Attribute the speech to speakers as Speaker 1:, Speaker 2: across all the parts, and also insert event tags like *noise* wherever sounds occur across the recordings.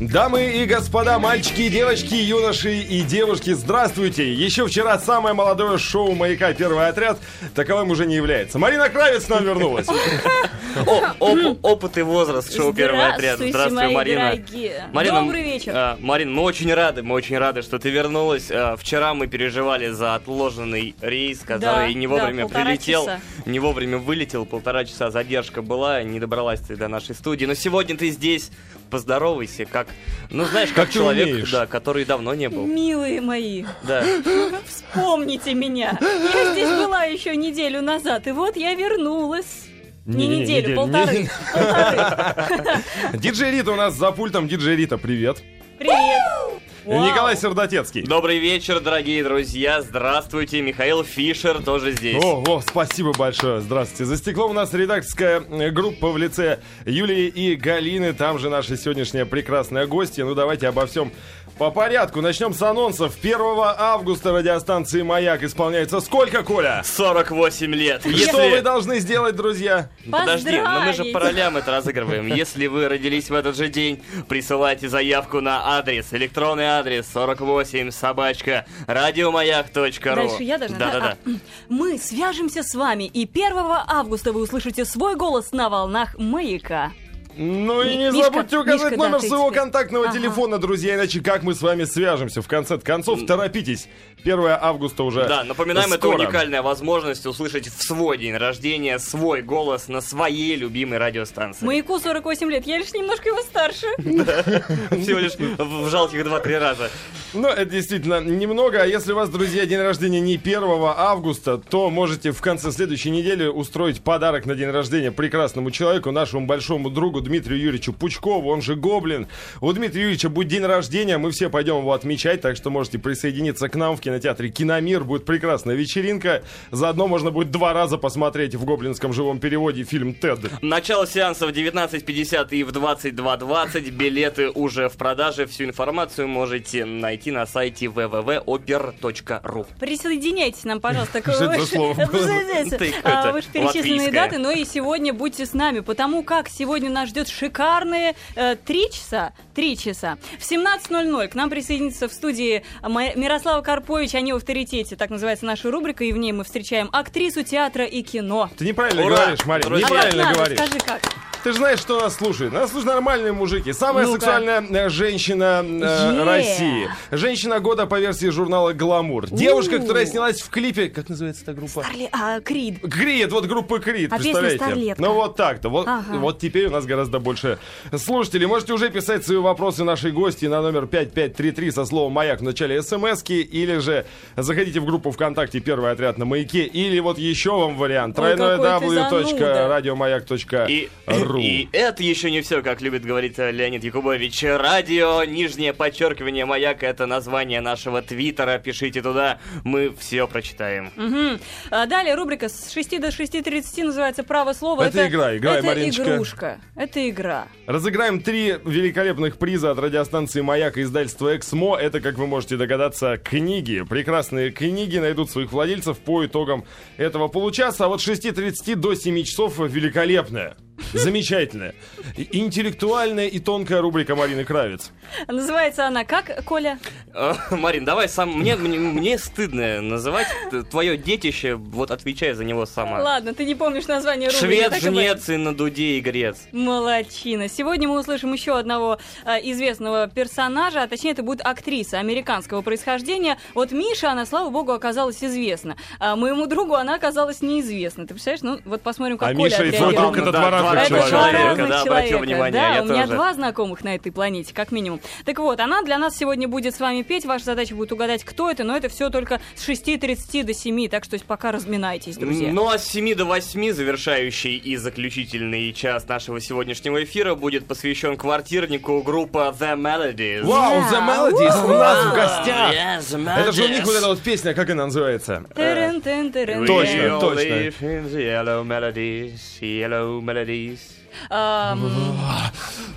Speaker 1: Дамы и господа, мальчики и девочки, юноши и девушки, здравствуйте! Еще вчера самое молодое шоу «Маяка. Первый отряд» таковым уже не является. Марина Кравец к нам вернулась.
Speaker 2: О, оп- опыт и возраст шоу «Первый отряд».
Speaker 3: Здравствуйте,
Speaker 2: Здравствуй,
Speaker 3: мои
Speaker 2: Марина.
Speaker 3: дорогие.
Speaker 2: Марина,
Speaker 3: Добрый вечер.
Speaker 2: а, Марин, мы очень рады, мы очень рады, что ты вернулась. А, Вчера мы переживали за отложенный рейс, который
Speaker 3: Да,
Speaker 2: не вовремя
Speaker 3: да, полтора
Speaker 2: прилетел,
Speaker 3: часа.
Speaker 2: не вовремя вылетел, полтора часа задержка была, не добралась ты до нашей студии. Но сегодня ты здесь, поздоровайся, как, ну знаешь, как,
Speaker 1: Как ты
Speaker 2: человек,
Speaker 1: умеешь.
Speaker 2: да, который давно не был.
Speaker 3: Милые мои, *laughs*
Speaker 2: Да.
Speaker 3: вспомните меня. Я здесь была еще неделю назад, и вот я вернулась. Не,
Speaker 1: Не-не-не,
Speaker 3: неделю,
Speaker 1: неделю,
Speaker 2: *laughs*
Speaker 3: полторы.
Speaker 1: не-
Speaker 3: полторы.
Speaker 1: Диджей Рита у нас за пультом. Диджей Рита, привет.
Speaker 3: Привет. Вау.
Speaker 1: Николай Сердотецкий.
Speaker 2: Добрый вечер, дорогие друзья. Здравствуйте, Михаил Фишер тоже здесь.
Speaker 1: О, о, спасибо большое. Здравствуйте. За стеклом у нас редакторская э, группа в лице Юлии и Галины. Там же наша сегодняшняя прекрасная гостья. Ну, давайте обо всем по порядку. Начнем с анонсов. 1 августа радиостанции «Маяк» исполняется сколько, Коля?
Speaker 2: 48 лет.
Speaker 1: Что
Speaker 2: Если-
Speaker 1: вы должны сделать, друзья?
Speaker 2: Ну, Подожди, но мы же
Speaker 3: Поздравить.
Speaker 2: по ролям это разыгрываем. Если вы родились в этот же день, присылайте заявку на адрес, электронный адрес 48 собачка радиомаяк.ру.
Speaker 3: Дальше я должна.
Speaker 2: Да-да-да.
Speaker 3: А, Мы свяжемся с вами, и 1 августа вы услышите свой голос на волнах маяка.
Speaker 1: Ну и
Speaker 3: Ми-
Speaker 1: не
Speaker 3: Мишка,
Speaker 1: забудьте указать
Speaker 3: Мишка, да,
Speaker 1: номер
Speaker 3: ты
Speaker 1: своего
Speaker 3: теперь.
Speaker 1: контактного
Speaker 3: Ага.
Speaker 1: телефона, друзья, иначе как мы с вами свяжемся? В конце концов, торопитесь. 1 августа уже
Speaker 3: А.
Speaker 2: Да, напоминаем, это
Speaker 1: скоро.
Speaker 2: уникальная возможность услышать в свой день рождения свой голос на своей любимой радиостанции.
Speaker 3: Маяку 48 лет, я лишь немножко его старше.
Speaker 2: *laughs* всего лишь в в жалких 2-3 раза.
Speaker 1: Ну, это действительно немного. А если у вас, друзья, день рождения не 1 августа, то можете в конце следующей недели устроить подарок на день рождения прекрасному человеку, нашему большому другу Дмитрию Юрьевичу Пучкову, он же Гоблин. У Дмитрия Юрьевича будет день рождения, мы все пойдем его отмечать, так что можете присоединиться к нам в кинотеатре «Киномир». Будет прекрасная вечеринка. Заодно можно будет два раза посмотреть в гоблинском живом переводе фильм «Тед».
Speaker 2: Начало сеанса в 19.50 и в 22.20. Билеты уже в продаже. Всю информацию можете найти на сайте www.oper.ru.
Speaker 3: Присоединяйтесь нам, пожалуйста, к
Speaker 1: Что это за слово было?
Speaker 3: Присоединяйтесь.
Speaker 2: Ты какой-то
Speaker 3: А, Ваши перечисленные
Speaker 2: латвийская.
Speaker 3: даты, но и сегодня будьте с нами, потому как сегодня нас ждет шикарные э, три часа, три часа. В 17.00 к нам присоединится в студии Ма- Мирослава Карпович, они в авторитете, так называется наша рубрика, и в ней мы встречаем актрису театра и кино.
Speaker 1: Ты неправильно
Speaker 2: Ура!
Speaker 1: говоришь, Марин,
Speaker 2: Друзья.
Speaker 3: А как
Speaker 1: неправильно
Speaker 3: надо?
Speaker 1: говоришь.
Speaker 3: Скажи как.
Speaker 1: Ты же знаешь, что нас слушает. Нас слушают нормальные мужики. Самая
Speaker 3: Ну-ка.
Speaker 1: сексуальная э, женщина э,
Speaker 3: Е.
Speaker 1: России. Женщина года по версии журнала «Гламур». Девушка,
Speaker 3: У.
Speaker 1: которая снялась в клипе... Как называется эта группа?
Speaker 3: Орли- а, Крид.
Speaker 1: Крид, вот группа Крид,
Speaker 3: А песня
Speaker 1: представляете?
Speaker 3: «Старлетка».
Speaker 1: Ну вот так-то. Вот,
Speaker 3: Ага.
Speaker 1: вот теперь у нас гораздо больше слушателей. Можете уже писать свои вопросы нашей гости на номер 5533 со словом «Маяк» в начале смс или же заходите в группу ВКонтакте «Первый отряд на маяке» или вот еще вам вариант.
Speaker 3: Ой,
Speaker 1: Тройное
Speaker 3: какой ты зануда.
Speaker 2: И,
Speaker 1: www.radiomayak.ru
Speaker 2: и это еще не все, как любит говорить э, Леонид Якубович. Радио, нижнее подчеркивание маяк, это название нашего твиттера. Пишите туда, мы все прочитаем.
Speaker 3: Мгм. А Далее рубрика с 6 до 6.30 называется «Право слова».
Speaker 1: Это игра, играй,
Speaker 3: это
Speaker 1: Мариночка.
Speaker 3: игрушка, это игра.
Speaker 1: Разыграем три великолепных приза от радиостанции «Маяк» и издательства «Эксмо». Это, как вы можете догадаться, книги. Прекрасные книги найдут своих владельцев по итогам этого получаса. А вот с 6.30 до 7 часов великолепная, замечательная, и- интеллектуальная и тонкая рубрика Марины Кравец.
Speaker 3: Называется она как, Коля?
Speaker 2: Э, Марин, давай сам. Мне, мне, мне стыдно называть т- твое детище, вот отвечай за него сама.
Speaker 3: Ладно, ты не помнишь название рубрики.
Speaker 2: Швед,
Speaker 3: так и быть.
Speaker 2: жнец и на дуде игрец.
Speaker 3: Молодчина. Сегодня мы услышим еще одного э, известного персонажа, а точнее это будет актриса американского происхождения. Вот Миша, она, слава богу, оказалась известна. А моему другу она оказалась неизвестна. Ты представляешь? Ну, вот посмотрим, как
Speaker 1: А
Speaker 3: Коля
Speaker 1: Миша и твой
Speaker 3: отреагирует.
Speaker 1: друг это два разных
Speaker 3: Это
Speaker 1: человека.
Speaker 3: два
Speaker 2: человека,
Speaker 3: разных
Speaker 2: да, обратил
Speaker 3: человека.
Speaker 2: внимание,
Speaker 3: Да,
Speaker 2: я
Speaker 3: у меня
Speaker 2: тоже.
Speaker 3: два знакомых на этой планете, как минимум. Так вот, она для нас сегодня будет с вами петь. Ваша задача будет угадать, кто это, но это все только с 6.30 до 7, так что пока разминайтесь, друзья.
Speaker 2: Ну а с 7 до 8 завершающий и заключительный час нашего сегодняшнего эфира будет посвящен квартирнику группа The Melodies.
Speaker 1: Вау, The Melodies у нас в гостях!
Speaker 2: Yeah, The
Speaker 1: Это же у них вот
Speaker 2: Melodies.
Speaker 1: эта вот песня, как она называется?
Speaker 2: э,
Speaker 3: Тырын-тын-тырын.
Speaker 1: Точно,
Speaker 2: We all
Speaker 1: точно.
Speaker 2: live in the yellow melodies, yellow melodies.
Speaker 3: Ам,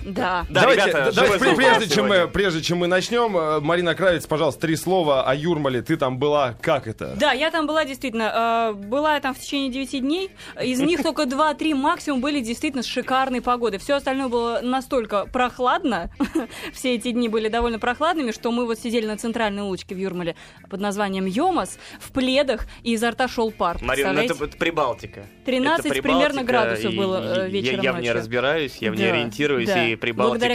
Speaker 3: Да.
Speaker 2: Да,
Speaker 1: давайте,
Speaker 2: ребята,
Speaker 1: да- давайте
Speaker 2: живой звук
Speaker 1: пре- прежде,
Speaker 2: был
Speaker 1: чем
Speaker 2: сегодня.
Speaker 1: мы, прежде чем мы начнем, э, Марина Кравец, пожалуйста, три слова о Юрмале. Ты там была, как это?
Speaker 3: Да, я там была действительно, э, была я там в течение 9 дней, из них только 2-3 максимум были действительно с шикарной погодой. Все остальное было настолько прохладно, *laughs* все эти дни были довольно прохладными, что мы вот сидели на центральной улочке в Юрмале под названием Йомас в пледах, и изо рта шел пар.
Speaker 2: Марина, ну это,
Speaker 3: представляете?
Speaker 2: вот Прибалтика.
Speaker 3: 13
Speaker 2: Это Прибалтика,
Speaker 3: примерно градусов
Speaker 2: и-
Speaker 3: было, э,
Speaker 2: и-
Speaker 3: вечером,
Speaker 2: Я, я в ней
Speaker 3: ночью.
Speaker 2: разбираюсь, я в ней
Speaker 3: Да,
Speaker 2: ориентируюсь,
Speaker 3: да.
Speaker 2: и
Speaker 3: Благодаря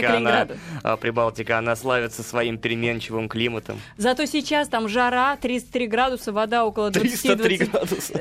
Speaker 2: Прибалтика, она,
Speaker 3: Калининграду.
Speaker 2: а, Прибалтика, она славится своим переменчивым климатом.
Speaker 3: Зато сейчас там жара, 33 градуса, вода около
Speaker 2: 303
Speaker 3: 20-20.
Speaker 2: градуса.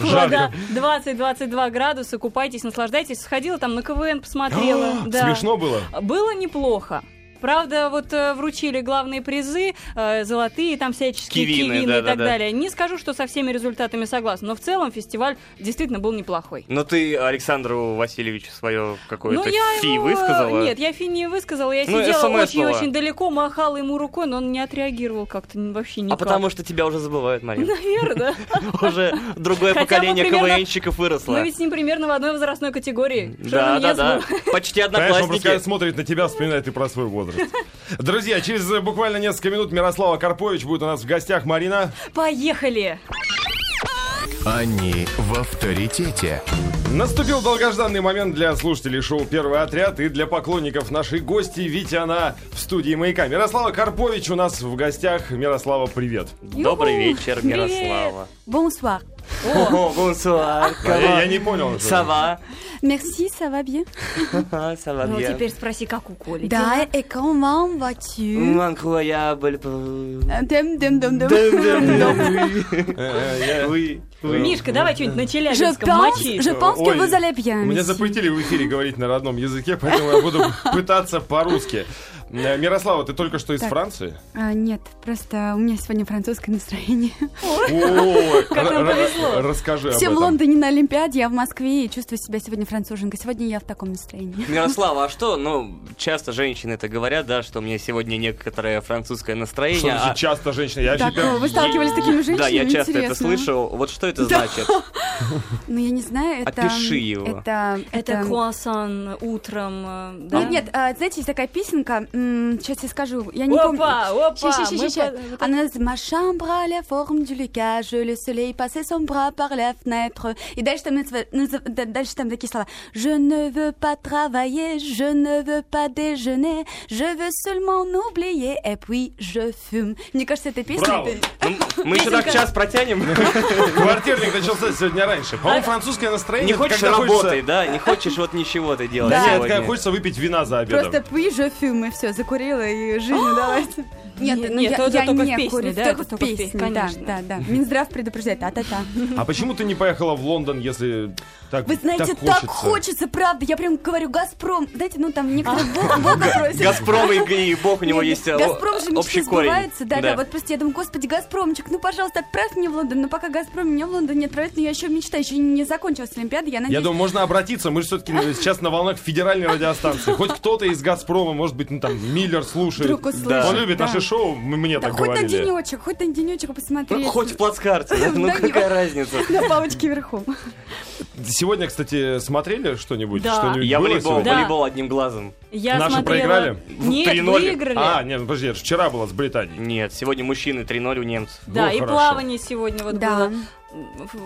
Speaker 3: Вода 20-22 градуса, купайтесь, наслаждайтесь. Сходила там на
Speaker 1: *gasps*
Speaker 3: КВН, посмотрела. да.
Speaker 1: А, Смешно было?
Speaker 3: Было неплохо. Правда, вот э, вручили главные призы, э, золотые, там всяческие
Speaker 2: Кивины,
Speaker 3: кивины, и так
Speaker 2: да-да-да.
Speaker 3: далее. Не скажу, что со всеми результатами согласна, но в целом фестиваль действительно был неплохой.
Speaker 2: Но ты Александру Васильевичу свое какое-то
Speaker 3: Ну, я
Speaker 2: фи
Speaker 3: его-
Speaker 2: высказала.
Speaker 3: Нет, я фи не высказала, я
Speaker 2: Ну,
Speaker 3: сидела
Speaker 2: SMS была.
Speaker 3: очень-очень далеко, махала ему рукой, но он не отреагировал как-то н- вообще
Speaker 2: а
Speaker 3: никак. *laughs*
Speaker 2: потому что тебя уже забывают, Марина. *laughs*
Speaker 3: Наверное.
Speaker 2: Уже другое
Speaker 3: Хотя бы
Speaker 2: поколение
Speaker 3: примерно-
Speaker 2: КВНщиков выросло.
Speaker 3: Мы ведь с ним примерно в одной возрастной категории. Что
Speaker 2: Да,
Speaker 3: он
Speaker 2: да,
Speaker 3: ест,
Speaker 2: да. Почти
Speaker 3: ну.
Speaker 1: Конечно, он просто когда
Speaker 2: одноклассники.
Speaker 1: смотрит на тебя, вспоминает и про свой возраст. Друзья, через э, буквально несколько минут Мирослава Карпович будет у нас в гостях. Марина,
Speaker 3: Поехали!
Speaker 4: Они в авторитете.
Speaker 1: Наступил долгожданный момент для слушателей шоу «Первый отряд» и для поклонников нашей гости, ведь она в студии «Маяка». Мирослава Карпович у нас в гостях. Мирослава, привет.
Speaker 2: Добрый
Speaker 3: Юху!
Speaker 2: вечер,
Speaker 3: Привет!
Speaker 2: Мирослава.
Speaker 5: Bonsoir.
Speaker 3: О,
Speaker 2: О, бонсуар,
Speaker 1: А Я,
Speaker 2: кава.
Speaker 1: я не понял. что-
Speaker 2: Сова.
Speaker 5: Merci, ça va bien
Speaker 2: Ага, сова,
Speaker 3: ну
Speaker 2: я.
Speaker 3: теперь спроси, как у Коли.
Speaker 5: Да,
Speaker 3: дела?
Speaker 5: et comment vas-tu
Speaker 1: Mm.
Speaker 5: Euh,
Speaker 2: М, incroyable.
Speaker 5: Dum, dum, dum, dum.
Speaker 1: Э, э, я-
Speaker 2: Вы- вы-
Speaker 3: Мишка, давай что-нибудь на
Speaker 5: Je
Speaker 3: Челябинском
Speaker 5: pense,
Speaker 3: мочи.
Speaker 5: je pense que
Speaker 1: Ой.
Speaker 5: vous allez bien.
Speaker 1: Меня
Speaker 5: monsieur.
Speaker 1: запретили в эфире говорить на родном языке, поэтому я буду пытаться по-русски. Э, Мирослава, ты только что из
Speaker 5: Так.
Speaker 1: Франции?
Speaker 5: А, Нет, просто у меня сегодня французское настроение.
Speaker 1: Ой,
Speaker 3: Как нам
Speaker 1: р- р-
Speaker 3: повезло.
Speaker 1: Расскажи *laughs* об
Speaker 5: Все в
Speaker 1: этом.
Speaker 5: Лондоне на Олимпиаде, я в Москве и чувствую себя сегодня француженкой. Сегодня я в таком настроении.
Speaker 2: Мирослава, а что, ну, часто женщины это говорят, да, что у меня сегодня некоторое французское
Speaker 1: Что
Speaker 2: настроение. а-
Speaker 1: значит часто женщина? Я
Speaker 5: Так,
Speaker 1: вообще-
Speaker 5: э, вы сталкивались с такими женщинами?
Speaker 2: Да, я часто это
Speaker 5: Интересно.
Speaker 2: слышал. Вот что это
Speaker 5: Да.
Speaker 2: значит?
Speaker 5: Ну, я не знаю, это...
Speaker 2: Опиши его.
Speaker 5: Это...
Speaker 3: Это круассан утром, э, да?
Speaker 5: Нет, нет, а, знаете, есть такая песенка, сейчас я скажу, я не помню.
Speaker 3: Опа, опа,
Speaker 5: Ща, ща, ща,
Speaker 3: мы
Speaker 5: ща.
Speaker 3: по- а, вот
Speaker 5: Она называется «Ma chambre à la forme du lucage, le soleil passait son bras par la fenêtre». И дальше там, назва- назва- да- дальше там такие слова. «Je ne veux pas travailler, je ne veux pas déjeuner, je veux seulement m'oublier, et puis je fume». Мне кажется, эта песня...
Speaker 1: Браво.
Speaker 5: это-
Speaker 2: Ну, Мы еще так час *laughs* протянем.
Speaker 1: Квартирник начался сегодня раньше.
Speaker 5: А
Speaker 1: По-моему, французское настроение...
Speaker 2: Не
Speaker 1: это
Speaker 2: хочешь
Speaker 1: когда хочется-
Speaker 2: работай, да? Не хочешь вот ничего ты делать
Speaker 1: Да, нет, когда
Speaker 2: сегодня.
Speaker 1: хочется выпить вина за обедом.
Speaker 5: Просто «puis je fume», и все, закурила, и жизнь давайте.
Speaker 3: Нет, нет, это только в песне,
Speaker 5: курю,
Speaker 3: да,
Speaker 5: только
Speaker 3: это
Speaker 5: в
Speaker 3: только в
Speaker 5: песне,
Speaker 3: песне,
Speaker 5: да,
Speaker 3: конечно.
Speaker 5: да, да. Минздрав предупреждает, а-та-та.
Speaker 1: А почему ты не поехала в Лондон, если так
Speaker 5: Вы знаете,
Speaker 1: так хочется?
Speaker 5: так хочется, правда. Я прям говорю, Газпром. Знаете, ну там некоторые бог- Бога просят.
Speaker 2: Газпром и- и бог А. у него
Speaker 5: Нет,
Speaker 2: есть э,
Speaker 5: Газпром же
Speaker 2: о- общий
Speaker 5: мечты
Speaker 2: корень.
Speaker 5: сбываются, да, да, вот просто я думаю, господи, Газпромчик, ну, пожалуйста, отправь меня в Лондон, но пока Газпром меня в Лондон не отправит, но я еще мечтаю, еще не закончилась Олимпиада, я
Speaker 1: Я
Speaker 5: надеюсь,
Speaker 1: думаю, можно обратиться. Мы же все-таки сейчас на волнах федеральной радиостанции. Хоть кто-то из Газпрома, может быть, ну там Миллер слушает.
Speaker 5: вдруг услышит.
Speaker 1: Он любит
Speaker 5: да.
Speaker 1: наши шоу, м- мне
Speaker 5: Да
Speaker 1: так
Speaker 5: хоть на
Speaker 1: говорили.
Speaker 5: денечек, хоть на денечек
Speaker 2: Ну,
Speaker 5: посмотреть.
Speaker 2: Хоть в
Speaker 5: *laughs*
Speaker 2: плацкарте, да, ну
Speaker 5: Да,
Speaker 2: какая
Speaker 5: нет.
Speaker 2: разница.
Speaker 5: На палочке верхом.
Speaker 1: Сегодня, кстати, смотрели что-нибудь?
Speaker 3: Да.
Speaker 1: Что-нибудь
Speaker 2: Я
Speaker 1: было
Speaker 2: волейбол,
Speaker 1: сегодня?
Speaker 3: Да.
Speaker 2: волейбол одним глазом.
Speaker 3: Я
Speaker 1: Наши
Speaker 3: смотрела...
Speaker 1: проиграли?
Speaker 3: Нет,
Speaker 2: 3:0.
Speaker 3: выиграли.
Speaker 1: А, нет, подожди, это ж вчера была с Британией.
Speaker 2: Нет, сегодня мужчины 3-0 у немцев.
Speaker 3: да,
Speaker 1: О,
Speaker 3: и
Speaker 1: ну, хорошо.
Speaker 3: плавание сегодня вот
Speaker 5: Да.
Speaker 3: было.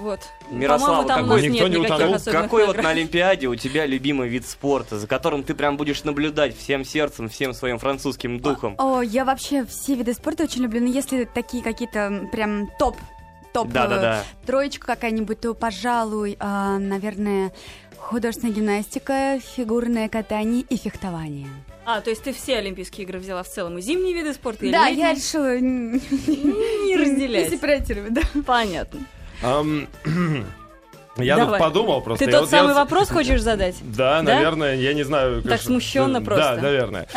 Speaker 3: Вот.
Speaker 2: Мирослава,
Speaker 3: По-моему, там у
Speaker 2: какой-
Speaker 3: нас
Speaker 1: Никто
Speaker 3: нет
Speaker 1: не
Speaker 3: никаких
Speaker 1: утонул.
Speaker 3: особенных
Speaker 2: Какой вот
Speaker 3: выигрышей.
Speaker 2: на Олимпиаде у тебя любимый вид спорта, за которым ты прям будешь наблюдать всем сердцем, всем своим французским духом?
Speaker 5: О, я вообще все виды спорта очень люблю, но если такие какие-то м, прям топ, топ, э,
Speaker 2: Да-да-да.
Speaker 5: троечка какая-нибудь, то, пожалуй, а, наверное, художественная гимнастика, фигурное катание и фехтование.
Speaker 3: А, то есть ты все Олимпийские игры взяла в целом? И зимние виды спорта, и
Speaker 5: Да, я
Speaker 3: летние?
Speaker 5: *laughs* решила н-
Speaker 3: не
Speaker 5: Не
Speaker 3: разделять.
Speaker 5: сепаратировать, да.
Speaker 3: Понятно.
Speaker 1: Ам, *clears throat* Я тут
Speaker 3: Давай.
Speaker 1: подумал просто.
Speaker 3: Ты
Speaker 1: я
Speaker 3: тот
Speaker 1: вот- я
Speaker 3: самый
Speaker 1: вот-
Speaker 3: вопрос хочешь
Speaker 1: *laughs*
Speaker 3: задать?
Speaker 1: Да, наверное, я не знаю.
Speaker 3: Так
Speaker 1: конечно.
Speaker 3: смущенно
Speaker 1: Да,
Speaker 3: просто.
Speaker 1: Да,
Speaker 3: *laughs*
Speaker 1: наверное.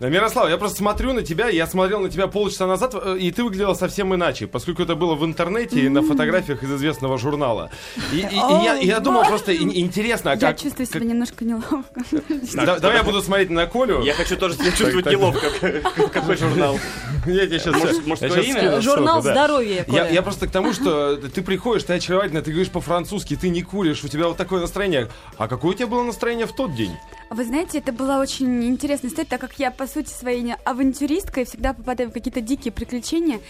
Speaker 1: Мирослав, я просто смотрю на тебя, я смотрел на тебя полчаса назад, э, и ты выглядела совсем иначе, поскольку это было в интернете и на фотографиях из известного журнала. И, и- и я, и я думал просто, ин- интересно, а
Speaker 5: Я
Speaker 1: как...
Speaker 5: чувствую
Speaker 1: как-
Speaker 5: себя немножко неловко.
Speaker 1: Да- Давай я буду смотреть на Колю.
Speaker 2: Я хочу тоже себя чувствовать
Speaker 1: так.
Speaker 2: неловко. Какой журнал?
Speaker 1: *laughs* Я тебе сейчас...
Speaker 2: Может, мужское имя?
Speaker 3: Журнал здоровья.
Speaker 1: Э, Я,
Speaker 3: Коля.
Speaker 1: я просто к тому, что ты приходишь, ты очаровательно, ты говоришь по-французски, ты ты не куришь, у тебя вот такое настроение. А какое у тебя было настроение в тот день?
Speaker 5: Вы знаете, это была очень интересная история, так как я, по сути, своей не авантюристка и всегда попадаю в какие-то дикие приключения,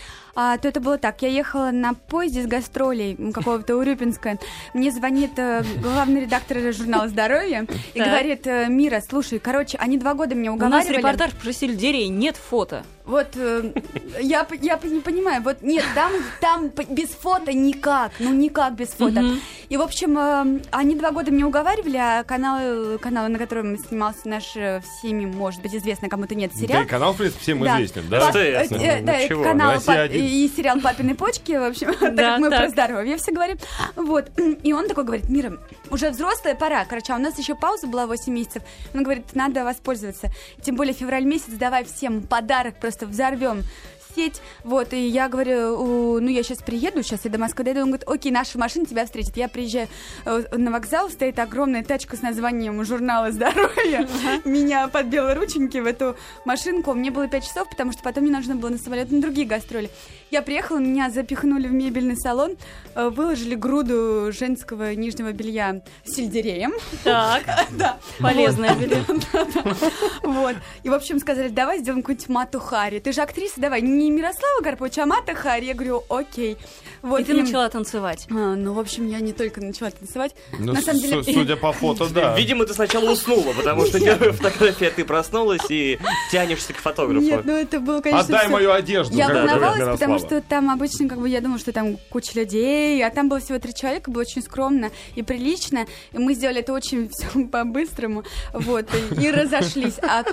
Speaker 5: а, то это было так. Я ехала на поезде с гастролей м, какого-то Урюпинска. Мне звонит э, главный редактор журнала «Здоровье» и
Speaker 3: Так.
Speaker 5: говорит, э, Мира, слушай, короче, они два года меня
Speaker 3: У нас
Speaker 5: уговаривали.
Speaker 3: репортаж про сельдерей, нет фото.
Speaker 5: Вот, э, я, п- я п- не понимаю, вот нет, там, там п- без фото никак, ну никак без фото.
Speaker 3: Мгм.
Speaker 5: И, в общем, э, они два года меня уговаривали, а канал, канал на котором снимался наш э, всеми, может быть, известно кому-то нет, сериал.
Speaker 1: Да и канал, в принципе, всем
Speaker 5: Да.
Speaker 1: известен,
Speaker 5: Пап-
Speaker 1: да?
Speaker 2: Что
Speaker 5: э,
Speaker 2: ясно,
Speaker 5: э,
Speaker 2: ну,
Speaker 5: да, это
Speaker 2: чего,
Speaker 5: канал
Speaker 1: Россия
Speaker 5: пап-
Speaker 1: один.
Speaker 5: и сериал «Папины почки», в общем, *laughs* так
Speaker 3: Да,
Speaker 5: как мы
Speaker 3: так.
Speaker 5: про здоровье все говорим. Вот, *clears throat* и он такой говорит, Мира, уже взрослая пора, короче, а у нас еще пауза была 8 месяцев. Он говорит, надо воспользоваться, тем более февраль месяц, давай всем подарок, просто взорвем сеть, вот, и я говорю, «У, ну, я сейчас приеду, сейчас я до Москвы дойду, он говорит, окей, наша машина тебя встретит. Я приезжаю э, на вокзал, стоит огромная тачка с названием журнала «Здоровье», меня под белые рученьки в эту машинку, мне было 5 часов, потому что потом мне нужно было на самолет на другие гастроли. Я приехала, меня запихнули в мебельный салон, э, выложили груду женского нижнего белья
Speaker 3: *laughs*
Speaker 5: сельдереем,
Speaker 3: Так,
Speaker 5: *laughs* да,
Speaker 3: полезное белье.
Speaker 5: вот. И, в общем, сказали, давай сделаем какую-нибудь Мату Хари. Ты же актриса, давай, не Мирослава Карпович, а Мата Хари. Я говорю, окей. Вот,
Speaker 3: И ты
Speaker 5: и-
Speaker 3: начала танцевать.
Speaker 5: А, ну, в общем, я не только начала танцевать.
Speaker 1: Ну,
Speaker 5: на самом
Speaker 1: с-
Speaker 5: деле...
Speaker 1: с- судя по
Speaker 5: *laughs*
Speaker 1: фото, да.
Speaker 2: Видимо, ты сначала уснула, потому что первая фотография ты проснулась и тянешься к
Speaker 5: Нет,
Speaker 2: фотографу.
Speaker 5: ну это было, конечно,
Speaker 1: Отдай
Speaker 5: всё-
Speaker 1: мою одежду,
Speaker 5: Я
Speaker 1: как бы, говорит
Speaker 5: волновалась, потому
Speaker 1: Мирослава.
Speaker 5: что там обычно, как бы, я думала, что там куча людей, а там было всего три человека, было очень скромно и прилично, и мы сделали это очень *laughs* все по-быстрому, вот, и, и разошлись. А,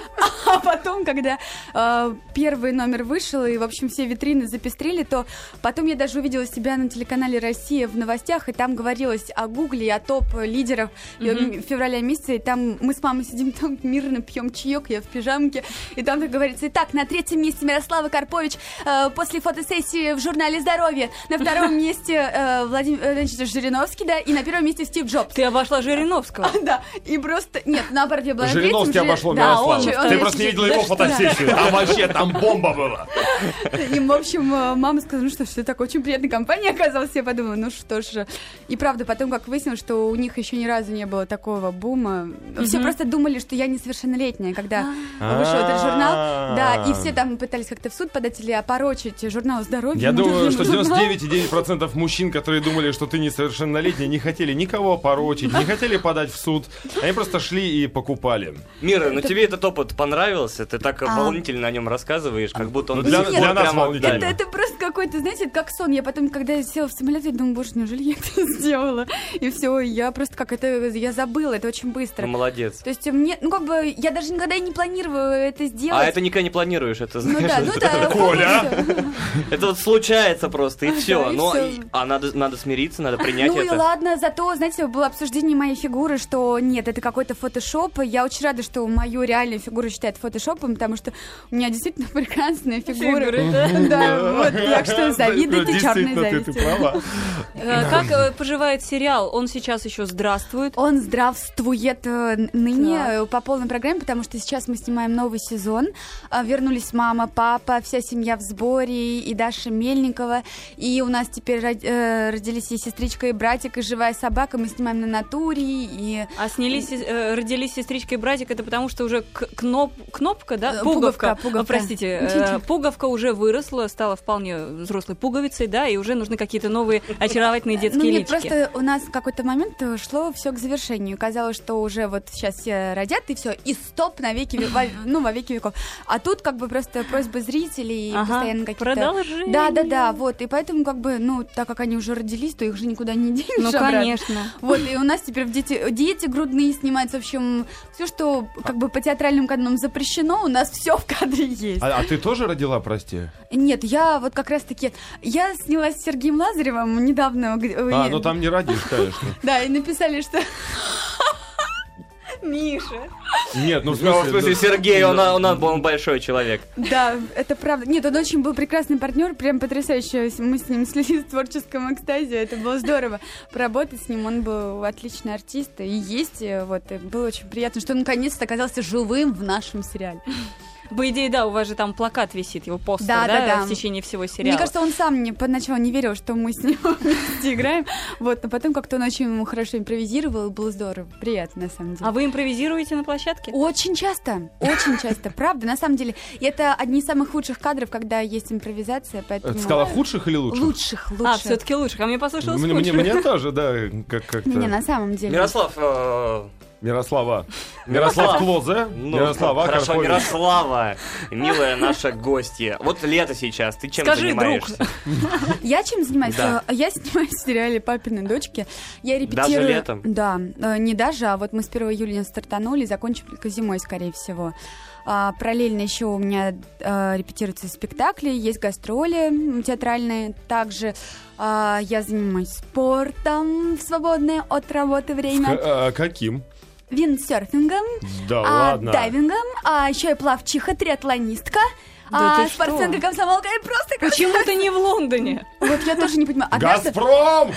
Speaker 5: а потом, когда э, первый номер вышел, и, в общем, все витрины запестрили, то потом я даже увидела себя на телеканале «Россия» в новостях, и там говорилось о Гугле, и о топ-лидерах э, м- февраля месяца, и там мы с мамой сидим там мирно пьем чаек, я в пижамке, и там так говорится, итак, на третьем месте Мирослава Карпович э, после фотосессии в журнале «Здоровье», на втором месте э, Владимир Жириновский, да, и на первом месте Стив Джобс. *laughs*
Speaker 3: Ты обошла Жириновского.
Speaker 5: Да, и просто... Нет, наоборот, я была на третьем.
Speaker 1: Жириновский
Speaker 5: Жири-
Speaker 1: обошло
Speaker 5: Да,
Speaker 1: Мирославу.
Speaker 5: он- он-
Speaker 1: Ты просто не видела
Speaker 5: Да
Speaker 1: его
Speaker 5: что- да.
Speaker 1: фотосессию. Там вообще, там бомба была.
Speaker 5: И, в общем, э, мама сказала, ну что ж, ты такой очень приятная компания оказалась. Я подумала, ну что ж. И правда, потом как выяснилось, что у них еще ни разу не было такого бума. Все просто думали, что я несовершеннолетняя, когда вышел этот журнал. Да, и все там пытались как-то в суд подать или опорочить журнал здоровья.
Speaker 1: Я
Speaker 5: мой
Speaker 1: думаю, что
Speaker 5: любимый *laughs* журнал.
Speaker 1: 99,9% мужчин, которые думали, что ты несовершеннолетний, не хотели никого порочить, не хотели подать в суд. Они просто шли и покупали.
Speaker 2: Мира, ну тебе этот опыт понравился? Ты так
Speaker 5: А.
Speaker 2: волнительно о нем рассказываешь, как будто он...
Speaker 1: Ну, для-
Speaker 2: был
Speaker 5: для
Speaker 1: нас
Speaker 2: прямо-
Speaker 1: волнительно.
Speaker 5: Это, это просто какой-то, знаете, как сон. Я потом, когда я села в самолет, я думаю, боже, неужели я это *laughs* сделала? И все, я просто как это, я забыла, это очень
Speaker 2: Ну,
Speaker 5: быстро.
Speaker 2: молодец.
Speaker 5: То есть мне, ну как бы, я даже никогда и не планирую это сделать.
Speaker 2: А это никогда не планируешь, это
Speaker 5: Ну
Speaker 2: знаешь.
Speaker 5: да, ну да.
Speaker 1: Коля.
Speaker 2: Это вот случается просто, и
Speaker 5: Да,
Speaker 2: все.
Speaker 5: и
Speaker 2: Но
Speaker 5: всё.
Speaker 2: и- а надо, надо смириться, надо принять
Speaker 5: Ну и
Speaker 2: это.
Speaker 5: ладно, зато, знаете, было обсуждение моей фигуры, что нет, это какой-то фотошоп. И Я очень рада, что мою реальную фигуру считают фотошопом, потому что у меня действительно *laughs* прекрасная фигура.
Speaker 3: Фигуры, да.
Speaker 5: Да, вот, так что завидуйте черной
Speaker 1: Ну, Действительно, ты- ты
Speaker 5: завистью.
Speaker 1: права.
Speaker 3: Э, Как э, поживает сериал? Он сейчас еще здравствует.
Speaker 5: Он здравствует э, ныне
Speaker 3: Так.
Speaker 5: э, по полной программе, потому что сейчас мы снимаем новый сезон. А, Вернулись мама, папа, вся семья в сборе, и Даша Мельникова. И у нас теперь род- э, родились и сестричка, и братик, и живая собака. Мы снимаем на натуре, и
Speaker 3: А снялись, э, родились сестричка и братик, это потому что уже к- кноп, кнопка, да?
Speaker 5: Э,
Speaker 3: Пуговка,
Speaker 5: пуговка, пуговка.
Speaker 3: Э, простите, э,
Speaker 5: Ничего.
Speaker 3: пуговка уже выросла, стала вполне взрослой пуговицей, да, и уже нужны какие-то новые очаровательные детские
Speaker 5: ну, нет,
Speaker 3: личики.
Speaker 5: просто у нас в какой-то момент э, шло все к завершению. Казалось, что уже вот сейчас все родят, и все, и стоп на веки, ве- во- ну, во веки веков. А тут как бы просто просьбы зрителей, и
Speaker 3: Ага,
Speaker 5: постоянно какие-то...
Speaker 3: Продолжение.
Speaker 5: Да, да, да, вот. И поэтому, как бы, ну, так как они уже родились, то их же никуда не *laughs* денешь.
Speaker 3: Ну,
Speaker 5: обратно.
Speaker 3: конечно.
Speaker 5: Вот, и у нас теперь в дети, дети грудные снимаются, в общем, все, что как бы по театральным канонам запрещено, у нас все в кадре есть.
Speaker 1: А а ты тоже родила, прости?
Speaker 5: Нет, я вот как раз-таки, я снялась с Сергеем Лазаревым недавно. где-
Speaker 1: А,
Speaker 5: э,
Speaker 1: ну там не родишь, конечно.
Speaker 5: Да, и написали, что... *laughs* Миша.
Speaker 1: Нет, ну в
Speaker 2: Ну, в смысле,
Speaker 1: смысле...
Speaker 2: Сергей, он, он, он, он большой человек.
Speaker 5: Да, это правда. Нет, он очень был прекрасный партнер, прям потрясающе. Мы с ним слились в творческом экстазе, это было здорово. Поработать с ним, он был отличный артист и есть, э, вот, и было очень приятно, что он наконец-то оказался живым в нашем сериале.
Speaker 3: По идее, да, у вас же там плакат висит, его постер, да,
Speaker 5: Да, да, да.
Speaker 3: в течение всего сериала.
Speaker 5: Мне кажется, он сам не, поначалу не верил, что мы с ним *laughs* вместе играем. Вот, но потом как-то он очень ему хорошо импровизировал, и было здорово, приятно на самом деле.
Speaker 3: А вы импровизируете на площадке?
Speaker 5: Очень часто, очень часто, правда, на самом деле. И это одни из самых лучших кадров, когда есть импровизация,
Speaker 1: Э,
Speaker 5: поэтому...
Speaker 1: Ты сказала худших или лучших?
Speaker 5: Лучших, лучших.
Speaker 3: А, все-таки лучше. А мне послушалось
Speaker 1: Мне, мне,
Speaker 3: лучше.
Speaker 1: мне тоже, да, как, как-то.
Speaker 5: Ну, Не, на самом деле.
Speaker 2: Мирослав, э,
Speaker 1: Мирослава. Мирослав
Speaker 2: Мирослав.
Speaker 1: Клозе.
Speaker 2: ну,
Speaker 1: Мирослава
Speaker 2: хорошо,
Speaker 1: Карпович.
Speaker 2: Мирослава, милая наша гостья. Вот лето сейчас, ты чем
Speaker 3: Скажи,
Speaker 2: занимаешься?
Speaker 5: Я чем занимаюсь?
Speaker 2: Да.
Speaker 5: Э, Я снимаюсь в сериале «Папины дочки». Я репетирую...
Speaker 2: летом?
Speaker 5: Да, э, не даже, а вот мы с 1 июля стартанули, закончим только зимой, скорее всего. А, параллельно еще у меня э, репетируются спектакли, есть гастроли м, театральные. Также а, я занимаюсь спортом в свободное от работы время,
Speaker 1: К- а, каким?
Speaker 5: виндсерфингом,
Speaker 1: Да
Speaker 5: а,
Speaker 1: ладно.
Speaker 5: дайвингом, а еще и плавчиха, триатлонистка,
Speaker 3: Да
Speaker 5: а,
Speaker 3: ты что?
Speaker 5: спортсменка, комсомолка и просто...
Speaker 3: Почему ты не в Лондоне?
Speaker 5: Вот я тоже не понимаю. Однажды-
Speaker 1: Газпром!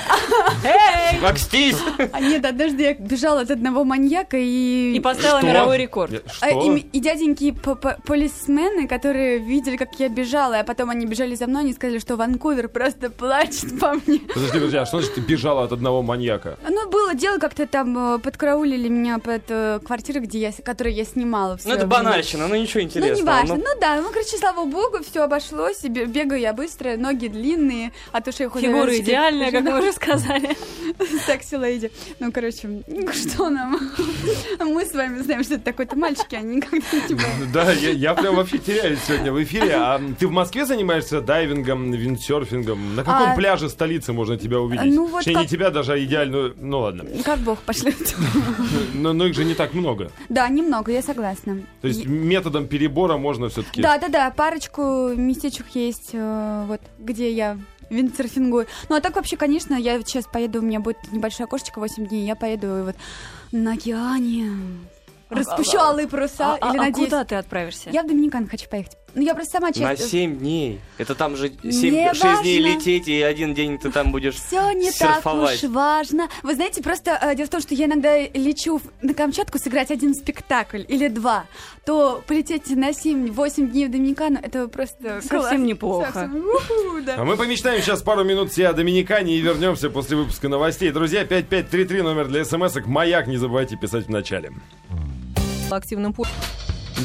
Speaker 3: Эй!
Speaker 2: Макстись!
Speaker 5: А, Нет, однажды я бежала от одного маньяка и...
Speaker 3: И поставила
Speaker 1: Что?
Speaker 3: мировой рекорд.
Speaker 1: Я- Что?
Speaker 5: А, И, м- и дяденьки п- п- полисмены, которые видели, как я бежала, а потом они бежали за мной, они сказали, что Ванкувер просто плачет по мне.
Speaker 1: Подожди, подожди, а что значит ты бежала от одного маньяка?
Speaker 5: Ну, было дело, как-то там э, подкараулили меня под э, квартиру, где я, с- которую я снимала. в
Speaker 2: Ну
Speaker 5: своё
Speaker 2: это
Speaker 5: время.
Speaker 2: банальщина, ну ничего
Speaker 5: Ну,
Speaker 2: интересного.
Speaker 5: не важно. Ну, да, ну, короче, слава богу, все обошлось, и бе- бегаю я быстро, ноги длинные, от ушей хоть
Speaker 3: Фигура идеальная, как мы уже сказали.
Speaker 5: Секси леди. Ну, короче, ну, что нам? Мы с вами знаем, что это такой-то мальчики, они типа, никогда не бывают.
Speaker 1: Да, я, я прям вообще теряюсь сегодня в эфире. А ты в Москве занимаешься дайвингом, виндсерфингом? На каком
Speaker 5: А-
Speaker 1: пляже столицы можно тебя увидеть?
Speaker 5: Ну, вот
Speaker 1: Точнее, не
Speaker 5: как-
Speaker 1: тебя даже, а идеальную... Ну ладно.
Speaker 5: Как бог пошлет.
Speaker 1: Но, но их же не так много.
Speaker 5: Да, немного, я согласна.
Speaker 1: То есть
Speaker 5: Е-
Speaker 1: методом перебора можно все-таки...
Speaker 5: Да, да, да, парочку местечек есть, э, вот, где я виндсерфингую. Ну, а так вообще, конечно, я вот сейчас поеду, у меня будет небольшое окошечко 8 дней, я поеду вот на океане. Распущу алые
Speaker 3: А,
Speaker 5: паруса,
Speaker 3: а-
Speaker 5: или
Speaker 3: а
Speaker 5: надеюсь...
Speaker 3: куда ты отправишься?
Speaker 5: Я в Доминикан хочу поехать. Ну, я просто сама
Speaker 2: На
Speaker 5: честно...
Speaker 2: 7 дней. Это там же 7,
Speaker 5: Не
Speaker 2: 6 дней
Speaker 5: важно.
Speaker 2: лететь, и один день ты там будешь
Speaker 5: Все не
Speaker 2: серфовать.
Speaker 5: так уж важно. Вы знаете, просто э, дело в том, что я иногда лечу в- на Камчатку сыграть один спектакль или два, то полететь на 7-8 дней в Доминикану, это просто
Speaker 3: Совсем
Speaker 5: класс.
Speaker 3: неплохо.
Speaker 5: Совсем. Уху, да.
Speaker 1: А мы помечтаем сейчас пару минут все о Доминикане и вернемся после выпуска новостей. Друзья, 5533 номер для смс-ок. Маяк не забывайте писать в начале.
Speaker 4: активным пу-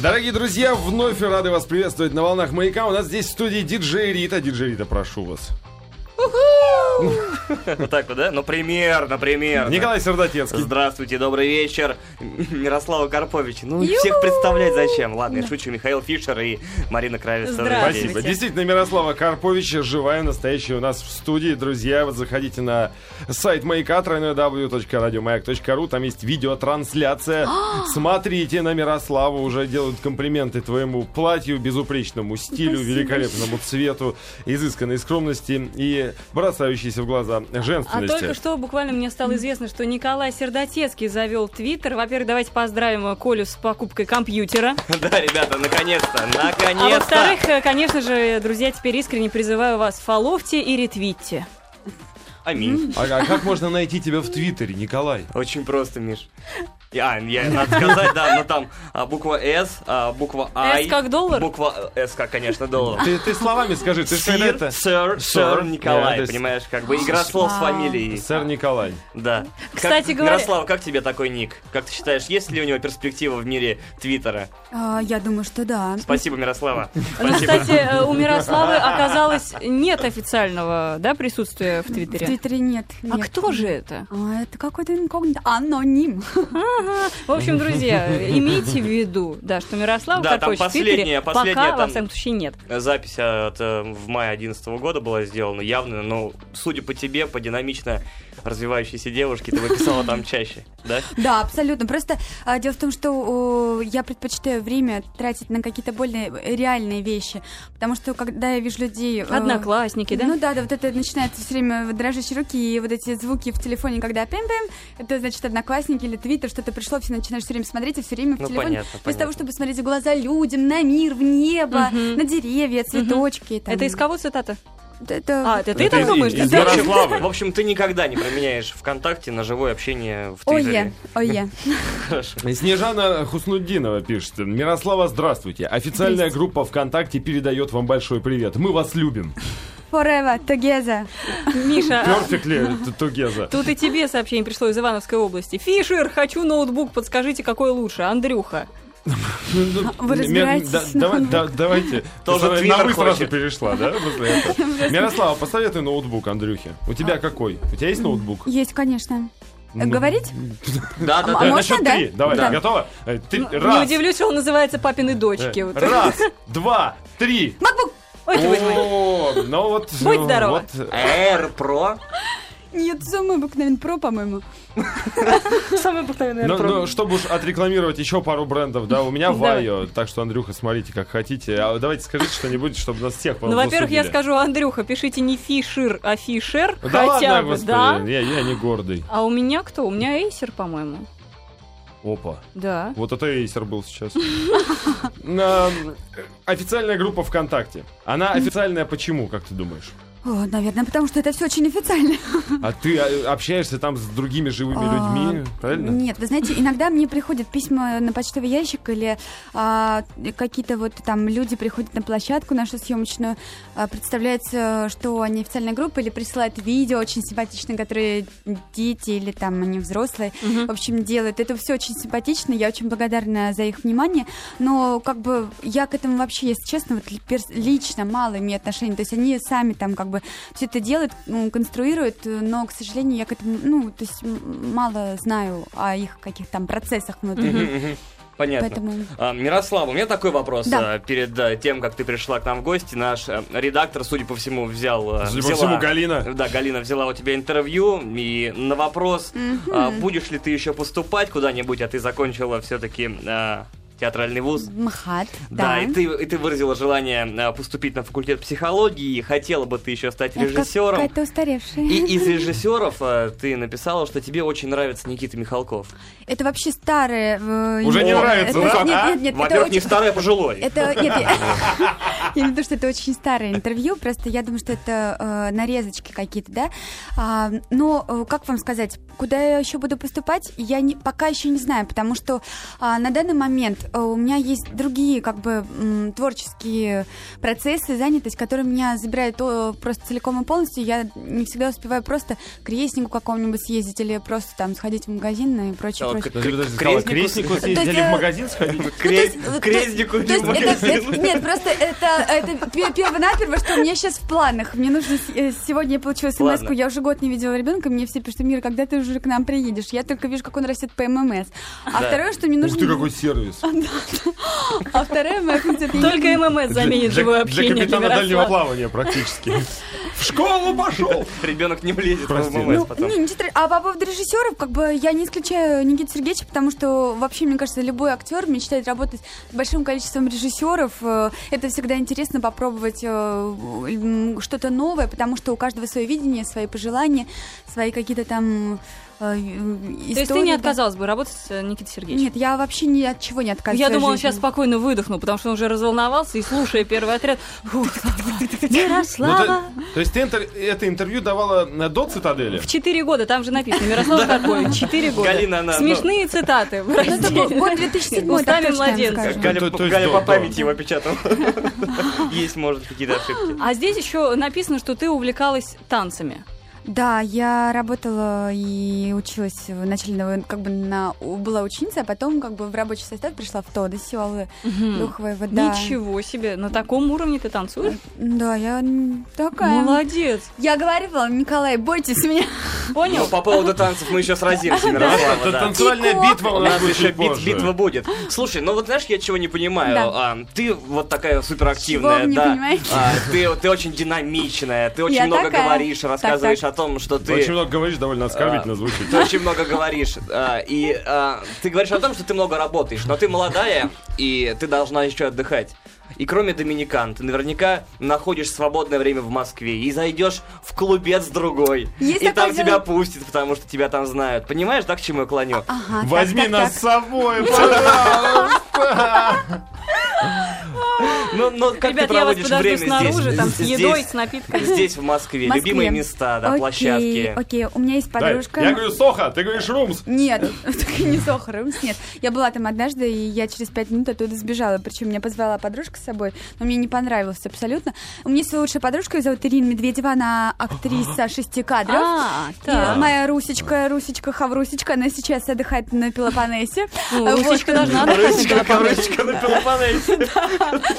Speaker 1: Дорогие друзья, вновь рады вас приветствовать на волнах Маяка. У нас здесь в студии диджей Рита. Диджей Рита, прошу вас.
Speaker 2: Вот так вот, да? Ну, примерно, примерно.
Speaker 1: Николай Сердотецкий.
Speaker 2: Здравствуйте, добрый вечер. *laughs* Мирослава Карпович. Ну, их всех представлять зачем? Ладно, я шучу. Михаил Фишер и Марина Кравец. тоже
Speaker 3: Здравствуйте.
Speaker 2: здесь.
Speaker 1: Спасибо. Действительно, Мирослава Карповича живая, настоящая у нас в студии. Друзья, вот заходите на сайт маяка www.radiomayak.ru. Там есть видеотрансляция.
Speaker 3: А!
Speaker 1: Смотрите на Мирославу. Уже делают комплименты твоему платью, безупречному стилю,
Speaker 5: Спасибо
Speaker 1: великолепному цвету, изысканной скромности и бросающейся в глаза
Speaker 3: А
Speaker 1: женственности.
Speaker 3: только что буквально мне стало известно, что Николай Сердотецкий завел Твиттер. Во-первых, давайте поздравим э, Колю с покупкой компьютера.
Speaker 2: *laughs* Да, ребята, наконец-то,
Speaker 3: А
Speaker 2: наконец-то.
Speaker 3: во-вторых, э, конечно же, друзья, теперь искренне призываю вас фоловьте и ретвитьте.
Speaker 2: Аминь.
Speaker 1: А, а как можно найти тебя в Твиттере, Николай?
Speaker 2: Очень просто, Миш. Я, я, надо сказать, да, но там а, буква С, а, буква А.
Speaker 3: «С» как доллар?
Speaker 2: Буква э, С, как, конечно, доллар.
Speaker 1: Ты, ты словами скажи, ты же
Speaker 2: Сир,
Speaker 1: когда-то...
Speaker 2: сэр,
Speaker 1: Нет,
Speaker 2: сэр
Speaker 1: то
Speaker 2: Николай,
Speaker 1: есть-
Speaker 2: понимаешь, как бы игра слов с фамилией.
Speaker 1: Сэр Николай.
Speaker 2: Да.
Speaker 3: Кстати
Speaker 2: как,
Speaker 3: говоря-
Speaker 2: Мирослав, как тебе такой ник? Как ты считаешь, есть ли у него перспектива в мире Твиттера?
Speaker 5: А, я думаю, что да.
Speaker 2: Спасибо, Мирослава.
Speaker 3: Ну,
Speaker 2: Спасибо.
Speaker 3: кстати, э, у Мирославы оказалось нет официального да, присутствия в
Speaker 5: В
Speaker 3: Твиттере.
Speaker 5: Твиттере нет.
Speaker 3: А
Speaker 5: нет.
Speaker 3: кто же это?
Speaker 5: А, это какой-то инкогнито.
Speaker 3: *laughs*
Speaker 5: Аноним.
Speaker 3: В общем, друзья, э, имейте в виду, да, что Мирослава
Speaker 2: Да, там
Speaker 3: Карпович в Твиттере
Speaker 2: последняя- последняя
Speaker 3: пока, во
Speaker 2: там-
Speaker 3: всяком случае, нет.
Speaker 2: Запись от, э, в мае 2011 года была сделана явно, но судя по тебе, по динамично развивающейся девушке, ты выписала там чаще,
Speaker 3: *laughs*
Speaker 2: да?
Speaker 5: Да, абсолютно. Просто а, дело в том, что о, я предпочитаю время тратить на какие-то более реальные вещи. Потому что, когда я вижу людей... э,
Speaker 3: Одноклассники, да?
Speaker 5: Ну да, да, вот это начинается все время вот дрожащие руки и вот эти звуки в телефоне, когда пим-пим, это значит одноклассники или твиттер, что-то пришло, все начинаешь все время смотреть, и все время в
Speaker 2: Ну,
Speaker 5: телефоне.
Speaker 2: понятно,
Speaker 5: Вместо
Speaker 2: понятно.
Speaker 5: того, чтобы смотреть в глаза людям, на мир, в небо,
Speaker 3: Мгм.
Speaker 5: на деревья, цветочки. там.
Speaker 3: Это из кого цитата?
Speaker 5: Это...
Speaker 3: А, это ты так думаешь?
Speaker 1: из- из
Speaker 3: Да.
Speaker 1: Ярославля.
Speaker 2: В общем, ты никогда не променяешь ВКонтакте на живое общение в
Speaker 5: Ое,
Speaker 2: Твиттере.
Speaker 5: ое.
Speaker 2: Хорошо.
Speaker 1: Снежана Хуснуддинова пишет. Мирослава, здравствуйте. Официальная группа ВКонтакте передает вам большой привет. Мы вас любим.
Speaker 5: Forever, together.
Speaker 3: Миша, а,
Speaker 1: Perfectly together.
Speaker 3: тут и тебе сообщение пришло из Ивановской области. Фишер, хочу ноутбук, подскажите, какой лучше, Андрюха.
Speaker 1: Ну,
Speaker 5: Вы разбираетесь
Speaker 1: Да-
Speaker 5: на
Speaker 1: давай- да- Давайте.
Speaker 2: Тоже
Speaker 1: Ты
Speaker 2: Твиттер
Speaker 1: на «вы» сразу
Speaker 2: хочет.
Speaker 1: перешла, да? после этого? Мирослава, посоветуй ноутбук Андрюхе. У тебя какой? У тебя есть ноутбук?
Speaker 5: Есть, конечно. Э,
Speaker 1: Ну,
Speaker 5: Говорить?
Speaker 2: Да, да,
Speaker 1: Давай,
Speaker 5: А
Speaker 2: да.
Speaker 1: на
Speaker 5: можно,
Speaker 1: счет
Speaker 5: да?
Speaker 1: Э, три. Давай,
Speaker 2: Да.
Speaker 1: готова? Э, Ты,
Speaker 3: Ну, Не
Speaker 1: раз,
Speaker 3: удивлюсь, он называется папины дочки.
Speaker 1: э,
Speaker 3: Вот.
Speaker 1: раз, два, три.
Speaker 5: Макбук!
Speaker 3: Ой, ты, боже мой.
Speaker 1: О, ну вот...
Speaker 3: Будь
Speaker 1: э,
Speaker 3: здорова.
Speaker 1: вот, э,
Speaker 2: Air Pro.
Speaker 5: Нет, самый обыкновенный про, по-моему.
Speaker 3: Самый обыкновенный
Speaker 1: Ну,
Speaker 3: Air Pro.
Speaker 1: ну, чтобы уж отрекламировать еще пару брендов, да, у меня
Speaker 3: Давай.
Speaker 1: Вайо, так что, Андрюха, смотрите, как хотите. А давайте скажите что-нибудь, чтобы нас всех
Speaker 3: Ну, во-первых, я
Speaker 1: засудили.
Speaker 3: скажу, Андрюха, пишите не Фишер, а Фишер.
Speaker 1: Да
Speaker 3: хотя
Speaker 1: ладно,
Speaker 3: бы,
Speaker 1: господи,
Speaker 3: да.
Speaker 1: я, я не гордый.
Speaker 3: А у меня кто? У меня Эйсер, по-моему.
Speaker 1: Опа.
Speaker 3: Да.
Speaker 1: Вот это эйсер был
Speaker 3: *laughs*
Speaker 1: сейчас. На- Официальная группа ВКонтакте. Она официальная почему, как ты думаешь?
Speaker 5: О, наверное, потому что это все очень официально.
Speaker 1: А ты а, общаешься там с другими живыми
Speaker 5: А,
Speaker 1: людьми, правильно?
Speaker 5: Нет, вы знаете, иногда мне приходят письма на почтовый ящик или а, какие-то вот там люди приходят на площадку нашу съемочную, а, представляются, что они официальная группа или присылают видео очень симпатичные, которые дети или там они взрослые, в общем, делают. Это все очень симпатично, я очень благодарна за их внимание, но как бы я к этому вообще, если честно, вот ли- перс- лично мало имею отношения. То есть они сами там как бы все это делают, ну, конструируют, э, но, к сожалению, я к этому, ну, то есть м, мало знаю о их каких там процессах внутри.
Speaker 2: Понятно.
Speaker 5: Поэтому
Speaker 2: А, Мирослава, у меня такой вопрос.
Speaker 5: Да.
Speaker 2: а, Перед а, тем, как ты пришла к нам в гости, наш а, редактор, судя по всему, взял... а,
Speaker 1: Судя по
Speaker 2: взяла-
Speaker 1: всему, Галина.
Speaker 2: Да, Галина взяла у тебя интервью, и на вопрос, а, будешь ли ты еще поступать куда-нибудь, а ты закончила все-таки театральный вуз.
Speaker 5: МХАТ,
Speaker 2: Да,
Speaker 5: да.
Speaker 2: и, ты, и ты выразила желание а, поступить на факультет психологии, и хотела бы ты еще стать
Speaker 5: Я
Speaker 2: режиссером.
Speaker 5: Какая-то устаревшая.
Speaker 2: И из режиссеров а, ты написала, что тебе очень нравится Никита Михалков.
Speaker 5: Это вообще старое. э,
Speaker 1: Уже не
Speaker 5: имя.
Speaker 1: нравится,
Speaker 5: Это-
Speaker 1: да?
Speaker 5: Нет, нет, нет, это
Speaker 2: Во-первых, не
Speaker 5: очень...
Speaker 2: старый, а пожилой.
Speaker 5: Это, нет, я, я не то, что это очень старое интервью, просто я думаю, что это э, нарезочки какие-то, да. А, но, э, как вам сказать, куда я еще буду поступать, я не, пока еще не знаю, потому что а, на данный момент э, у меня есть другие, как бы, м, творческие процессы, занятость, которые меня забирают э, просто целиком и полностью. Я не всегда успеваю просто к крестнику какому-нибудь съездить или просто там сходить в магазин и прочее,
Speaker 2: Сначала
Speaker 5: прочее.
Speaker 2: к-
Speaker 1: Подожди,
Speaker 2: к-
Speaker 1: подожди, сказала,
Speaker 2: крестнику
Speaker 1: крестнику
Speaker 2: с-
Speaker 1: съездили
Speaker 5: я-
Speaker 1: в магазин сходить?
Speaker 5: Ну, то есть,
Speaker 2: Крез-
Speaker 5: э, то
Speaker 2: крестнику
Speaker 5: есть- то есть
Speaker 2: не
Speaker 5: это-
Speaker 2: магазин.
Speaker 5: это- Нет, просто это, это пе- первонаперво, что у меня сейчас в планах. Мне нужно... с- э, Сегодня я получила смс
Speaker 2: Ладно.
Speaker 5: я уже год не видела ребенка, мне все пишут, Мира, когда ты уже к нам приедешь? Я только вижу, как он растет по ММС. А
Speaker 2: Да.
Speaker 5: второе, что мне
Speaker 1: Ух ты,
Speaker 5: нужно...
Speaker 1: какой сервис.
Speaker 5: А второе, моя функция... я не-
Speaker 3: Только ММС заменит живое общение
Speaker 1: капитана дальнего
Speaker 3: Мирослава.
Speaker 1: плавания практически.
Speaker 3: *laughs*
Speaker 1: В школу пошел!
Speaker 2: *laughs* Ребенок не влезет в
Speaker 1: Прости.
Speaker 2: ММС
Speaker 1: Ну,
Speaker 2: потом.
Speaker 5: Не, ничего стра- А по поводу режиссеров, как бы я не исключаю Никита Сергеевича, потому что вообще, мне кажется, любой актер мечтает работать с большим количеством режиссеров. Э, Это всегда интересно попробовать э, м, что-то новое, потому что у каждого свое видение, свои пожелания, свои какие-то там э, истории.
Speaker 3: То есть ты не
Speaker 5: да.
Speaker 3: отказалась бы работать с э, Никитой Сергеевичем?
Speaker 5: Нет, я вообще ни от чего не отказываюсь.
Speaker 3: Я думала, он сейчас спокойно выдохнул, потому что он уже разволновался и, слушая первый отряд, «Фу,
Speaker 1: Ну,
Speaker 3: Мирослава.
Speaker 1: то, то есть ты интер- это интервью давала на- до цитадели?
Speaker 3: В четыре года, там же написано, Мирослав такой, четыре года.
Speaker 2: Галина, она, ну-
Speaker 3: Смешные цитаты, прости.
Speaker 5: Ну, Год 2007, так
Speaker 3: Устами
Speaker 5: точно, я вам
Speaker 3: младенца.
Speaker 5: скажу.
Speaker 2: Галя,
Speaker 1: Ну, то- то есть
Speaker 2: Галя
Speaker 1: до-
Speaker 2: по
Speaker 1: до.
Speaker 2: памяти его печатала. *laughs* Есть, может, какие-то ошибки.
Speaker 3: А здесь еще написано, что ты увлекалась танцами.
Speaker 5: Да, я работала и училась в начального, как бы на у- была ученица, а потом как бы в рабочий состав пришла в ТОДО, Сиолы, Луховой, да.
Speaker 3: Ничего себе, на таком уровне ты танцуешь?
Speaker 5: Да, я м, такая.
Speaker 3: Молодец.
Speaker 5: Я говорила, Николай, бойтесь меня.
Speaker 3: Понял?
Speaker 2: Ну, по поводу танцев мы еще
Speaker 5: *laughs*
Speaker 2: сразимся, Мирослава,
Speaker 1: Это
Speaker 2: да.
Speaker 1: танцевальная
Speaker 5: Кико.
Speaker 1: битва
Speaker 2: У
Speaker 1: у нас
Speaker 2: нас еще
Speaker 1: будет
Speaker 2: бит-
Speaker 1: позже.
Speaker 2: битва будет. Слушай, ну вот знаешь, я чего не понимаю.
Speaker 5: Да.
Speaker 2: А, ты вот такая суперактивная,
Speaker 5: Чего вы не
Speaker 2: да.
Speaker 5: понимаете?
Speaker 2: А, ты, ты очень динамичная, ты очень
Speaker 5: Я
Speaker 2: много
Speaker 5: такая.
Speaker 2: говоришь,
Speaker 5: Так,
Speaker 2: рассказываешь о
Speaker 5: так.
Speaker 2: том, что ты.
Speaker 1: Очень много говоришь, довольно оскорбительно
Speaker 2: А.
Speaker 1: звучит.
Speaker 2: Ты очень много говоришь. а, И а, ты говоришь о том, что ты много работаешь, но ты молодая, и ты должна еще отдыхать. И кроме Доминикан, ты наверняка находишь свободное время в Москве и зайдешь в клубец другой.
Speaker 5: Есть
Speaker 2: и там
Speaker 5: такое
Speaker 2: тебя
Speaker 5: дело.
Speaker 2: пустят, потому что тебя там знают. Понимаешь, да, к чему я клоню?
Speaker 3: А,
Speaker 5: Ага, А, так,
Speaker 1: Возьми
Speaker 5: так,
Speaker 1: нас
Speaker 5: так.
Speaker 1: с собой, пожалуйста.
Speaker 2: Ну, но как
Speaker 3: Ребят,
Speaker 2: ты
Speaker 3: я вас
Speaker 2: проводишь
Speaker 3: подожду
Speaker 2: время
Speaker 3: снаружи,
Speaker 2: здесь?
Speaker 3: там, с едой,
Speaker 2: Здесь-
Speaker 3: с напитками.
Speaker 2: Здесь, в Москве,
Speaker 5: Москве.
Speaker 2: любимые места, да,
Speaker 5: Окей,
Speaker 2: площадки.
Speaker 5: Окей, у меня есть
Speaker 1: Дай.
Speaker 5: подружка.
Speaker 1: Я говорю, Соха, ты говоришь, Румс.
Speaker 5: Нет, *laughs* так и не сахар, Румс, нет. Я была там однажды, и я через пять минут оттуда сбежала. Причем меня позвала подружка с собой, но мне не понравилось абсолютно. У меня есть лучшая подружка, ее зовут Ирина Медведева, она актриса шести кадров.
Speaker 3: А,
Speaker 5: И моя русечка, русечка, хаврусечка, она сейчас отдыхает на Пелопоннесе.
Speaker 3: Ну,
Speaker 5: Вот.
Speaker 3: русичка должна отдыхать на Пелопоннесе.
Speaker 2: корочка, на
Speaker 3: *laughs*
Speaker 2: Пелопоннесе.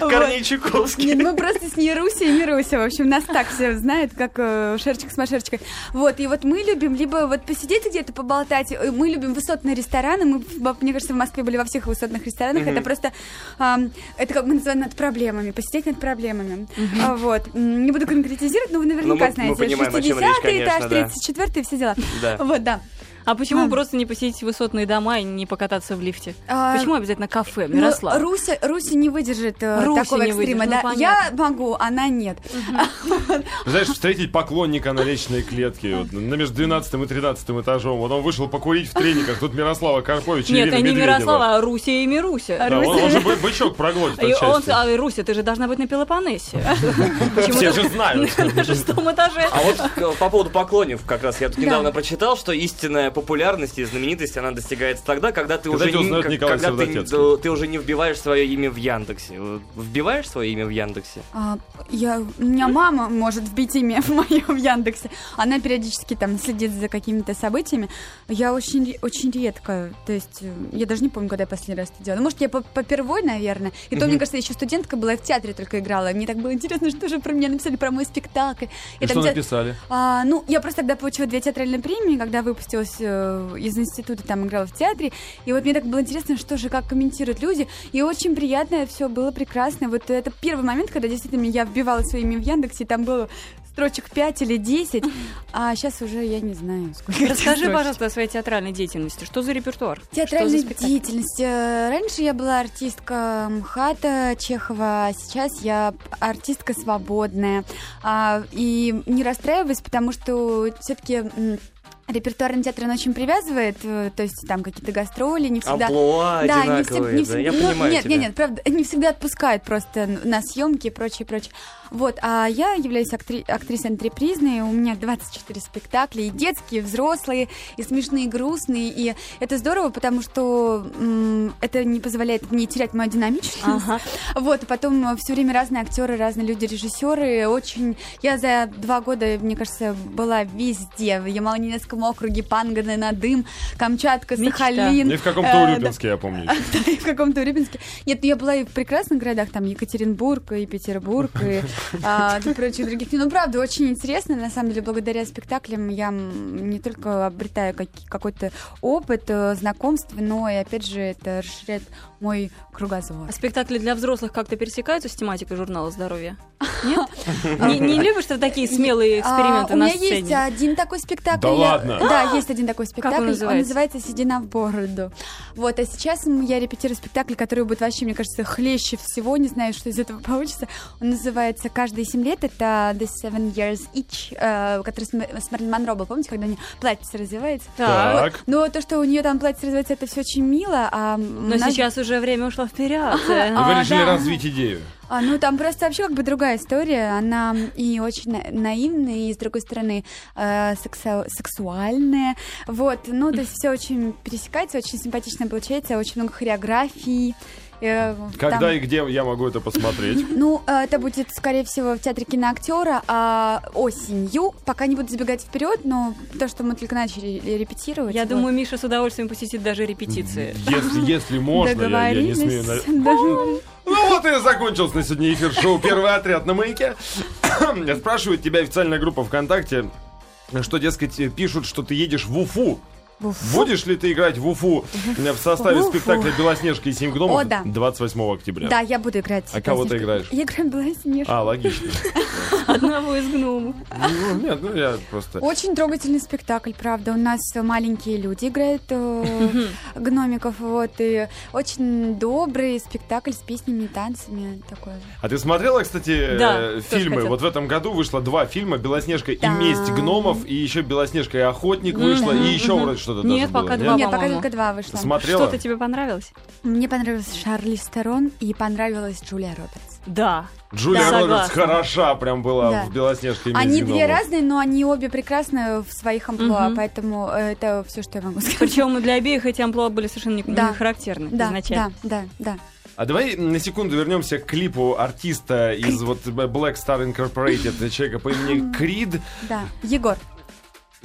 Speaker 2: Корней Чуковский.
Speaker 5: Нет, мы просто с ней Руся и Мируся. В общем, нас так все знают, как э, Шерчик с Машерчикой. Вот, и вот мы любим либо вот посидеть где-то, поболтать. Э, Мы любим высотные рестораны. Мы, в- мне кажется, в Москве были во всех высотных ресторанах. Это просто, ам, это как мы называем, над проблемами. Посидеть над проблемами. А, вот. М, Не буду конкретизировать, но вы
Speaker 2: Ну, мы-
Speaker 5: наверняка
Speaker 2: мы
Speaker 5: знаете.
Speaker 2: понимаем, о чем речь,
Speaker 5: 60-й
Speaker 2: конечно,
Speaker 5: этаж,
Speaker 2: да.
Speaker 5: 34-й, все дела.
Speaker 2: *laughs* Да.
Speaker 5: Вот, да.
Speaker 3: А почему
Speaker 5: А.
Speaker 3: просто не посетить высотные дома и не покататься в лифте?
Speaker 5: А,
Speaker 3: Почему обязательно кафе,
Speaker 5: Ну,
Speaker 3: Мирослав?
Speaker 5: Руся, Руся не выдержит э,
Speaker 3: Руся
Speaker 5: такого
Speaker 3: не
Speaker 5: экстрима.
Speaker 3: выдержит, ну,
Speaker 5: да. Я могу, она нет.
Speaker 1: Знаешь, встретить поклонника на лестничной клетке, вот, на между 12 и 13 этажом. Вот он вышел покурить в трениках, тут Мирослава Карповича и
Speaker 3: Нет,
Speaker 1: Ирина
Speaker 3: а не
Speaker 1: Медведева.
Speaker 3: Мирослава, а Руся и Мируся.
Speaker 1: Да, он,
Speaker 5: Руся.
Speaker 1: он же бы- бычок проглотит
Speaker 3: И
Speaker 1: от
Speaker 3: он,
Speaker 1: счастья.
Speaker 3: а, Руся, ты же должна быть на Пелопоннесе.
Speaker 1: Все
Speaker 3: Почему
Speaker 1: же знают.
Speaker 3: ты на шестом этаже?
Speaker 2: А *laughs* вот к- по поводу поклонников как раз я тут
Speaker 5: Да.
Speaker 2: недавно прочитал, что истинная популярность и знаменитость она достигается тогда, когда ты
Speaker 1: Когда
Speaker 2: уже
Speaker 1: тебя
Speaker 2: не,
Speaker 1: узнает
Speaker 2: как-
Speaker 1: Николай
Speaker 2: когда ты,
Speaker 1: Савдатецкий.
Speaker 2: ты уже не вбиваешь свое имя в Яндексе. Вот Вбиваешь свое имя в Яндексе?
Speaker 5: А, я, у меня мама может вбить имя *laughs* в моем в Яндексе. Она периодически там следит за какими-то событиями. Я очень, ре- очень редко, то есть э, я даже не помню, когда я последний раз это делала. Ну, Может, я по- попервой, наверное. И то,
Speaker 2: Мгм.
Speaker 5: мне кажется, я еще студентка была, я в театре только играла. И Мне так было интересно, что же про меня написали, про мой спектакль. Я так те-
Speaker 1: написали?
Speaker 5: а, ну, я просто тогда получила две театральные премии, когда выпустилась э, из института, там играла в театре. И вот мне так было интересно, что же, как комментируют люди. И очень приятно, все было прекрасно. Вот это первый момент, когда действительно я вбивала свое имя в Яндексе, и там было строчек 5 или 10. А сейчас уже я не знаю, сколько. этих
Speaker 3: Расскажи,
Speaker 5: строчек.
Speaker 3: пожалуйста, о своей театральной деятельности. Что за репертуар? Что за
Speaker 5: Театральная
Speaker 3: спектакль?
Speaker 5: деятельность. Э, Раньше я была артистка МХАТа Чехова, а сейчас я артистка свободная. А, И не расстраиваюсь, потому что все-таки репертуарный театр, он очень привязывает, э, то есть там какие-то гастроли, не всегда...
Speaker 2: Амплуа
Speaker 5: Да, не всегда,
Speaker 2: одинаковые,
Speaker 5: не
Speaker 2: да,
Speaker 5: всегда-
Speaker 2: я
Speaker 5: ну,
Speaker 2: понимаю
Speaker 5: нет,
Speaker 2: тебя.
Speaker 5: нет, нет, правда, не всегда отпускают просто на съемки и прочее, прочее. Вот, а я являюсь актри- актрисой антрепризной, у меня 24 спектакля, и детские, и взрослые, и смешные, и грустные, и это здорово, потому что м, это не позволяет мне терять мою динамичность.
Speaker 3: Ага.
Speaker 5: *laughs* Вот, и потом все время разные актеры, разные люди, режиссеры. Очень. Я за два года, мне кажется, была везде. В Ямало-Ненецком округе, Панганы, Надым, Камчатка,
Speaker 3: Мечта.
Speaker 5: Сахалин.
Speaker 1: Не в каком-то
Speaker 5: Э,
Speaker 1: Урюпинске, я помню.
Speaker 5: да, да, и *laughs* в каком-то Урюпинске. Нет, ну я была и в прекрасных городах, там Екатеринбург, и Петербург, и, *laughs* а, и прочих других. Ну, правда, очень интересно. На самом деле, благодаря спектаклям я м, не только обретаю каки- какой-то опыт, э, знакомств, но и, опять же, это расширяет мой кругозор.
Speaker 3: А спектакли для взрослых как-то пересекаются с тематикой журнала *laughs* здоровья? Нет? Не- Не любишь ты такие смелые эксперименты
Speaker 5: А,
Speaker 3: на
Speaker 5: У меня есть
Speaker 3: сцене?
Speaker 5: один такой спектакль.
Speaker 1: Да
Speaker 5: Я-
Speaker 1: ладно?
Speaker 5: Да, есть один такой спектакль.
Speaker 3: называется?
Speaker 5: называется «Седина в бороду». Вот, а сейчас м, я репетирую спектакль, который будет вообще, мне кажется, хлеще всего. Не знаю, что из этого получится. Он называется «Каждые семь лет». Это «The Seven Years Each», э, который с Мэ- с Мэрилин Монро был. Помните, когда у нее платье развивается?
Speaker 3: Так.
Speaker 1: Так.
Speaker 5: Но то, что у нее там платье развивается, это все очень мило. А м,
Speaker 3: Но
Speaker 5: у нас-
Speaker 3: сейчас уже время ушло *laughs* вперед.
Speaker 1: Но вы
Speaker 5: А,
Speaker 1: решили
Speaker 5: да.
Speaker 1: развить идею.
Speaker 5: А, ну, там просто вообще как бы другая история. Она и очень на- наивная, и, с другой стороны, э, сексу- сексуальная. Вот, ну, то есть все очень пересекается, очень симпатично получается, очень много хореографий. э,
Speaker 1: Когда
Speaker 5: там-
Speaker 1: и где я могу это посмотреть?
Speaker 5: Ну, э, это будет, скорее всего, в театре киноактера а осенью. Пока не буду забегать вперед, но то, что мы только начали репетировать.
Speaker 3: Я
Speaker 5: вот.
Speaker 3: думаю, Миша с удовольствием посетит даже репетиции.
Speaker 1: Если, если можно, я, я не смею. на-
Speaker 5: Договорились. Да.
Speaker 1: Ну вот и закончился на сегодня эфир шоу «Первый отряд на маяке». *coughs* Спрашивает тебя официальная группа ВКонтакте, что, дескать, пишут, что ты едешь в Уфу.
Speaker 5: В Уфу?
Speaker 1: Будешь ли ты играть в Уфу в составе
Speaker 5: В Уфу.
Speaker 1: спектакля «Белоснежка и семь гномов»
Speaker 5: О, да.
Speaker 1: 28 октября?
Speaker 5: Да, я буду играть.
Speaker 1: А кого ты
Speaker 5: Белоснежку.
Speaker 1: играешь?
Speaker 5: Я играю Белоснежку.
Speaker 1: А, логично.
Speaker 3: Одного из гномов.
Speaker 1: Ну, Нет, ну я просто...
Speaker 5: Очень трогательный спектакль, правда. У нас маленькие люди играют э, гномиков, вот, и очень добрый спектакль с песнями и танцами такой.
Speaker 1: А ты смотрела, кстати,
Speaker 3: Да,
Speaker 1: э,
Speaker 3: тоже
Speaker 1: фильмы?
Speaker 3: хотела.
Speaker 1: Вот в этом году вышло два фильма «Белоснежка и
Speaker 5: Да.
Speaker 1: месть гномов», и еще «Белоснежка и охотник» вышло, и еще вроде что что-то даже
Speaker 3: Нет,
Speaker 1: было,
Speaker 3: пока два.
Speaker 1: нет?
Speaker 5: Ну, Нет, пока
Speaker 3: по-моему.
Speaker 5: только два вышло.
Speaker 1: Смотрела?
Speaker 3: Что-то тебе понравилось?
Speaker 5: Мне понравилась Шарли Стерон и понравилась Джулия Робертс.
Speaker 3: Да.
Speaker 1: Джулия
Speaker 3: Да.
Speaker 1: Робертс
Speaker 3: Согласна.
Speaker 1: хороша прям была
Speaker 5: Да.
Speaker 1: в «Белоснежке и
Speaker 5: Они
Speaker 1: Мисс
Speaker 5: две
Speaker 1: Гномов.
Speaker 5: разные, но они обе прекрасны в своих амплуа,
Speaker 3: Мгм.
Speaker 5: поэтому э, это все, что я могу сказать.
Speaker 3: Причем для обеих эти амплуа были совершенно не, не
Speaker 5: Да.
Speaker 3: характерны
Speaker 5: Да,
Speaker 3: изначально.
Speaker 5: да, да, да.
Speaker 1: А давай на секунду вернемся к клипу артиста из вот Black Star Incorporated, человека по имени
Speaker 5: Э,
Speaker 1: Крид.
Speaker 5: Да, Егор.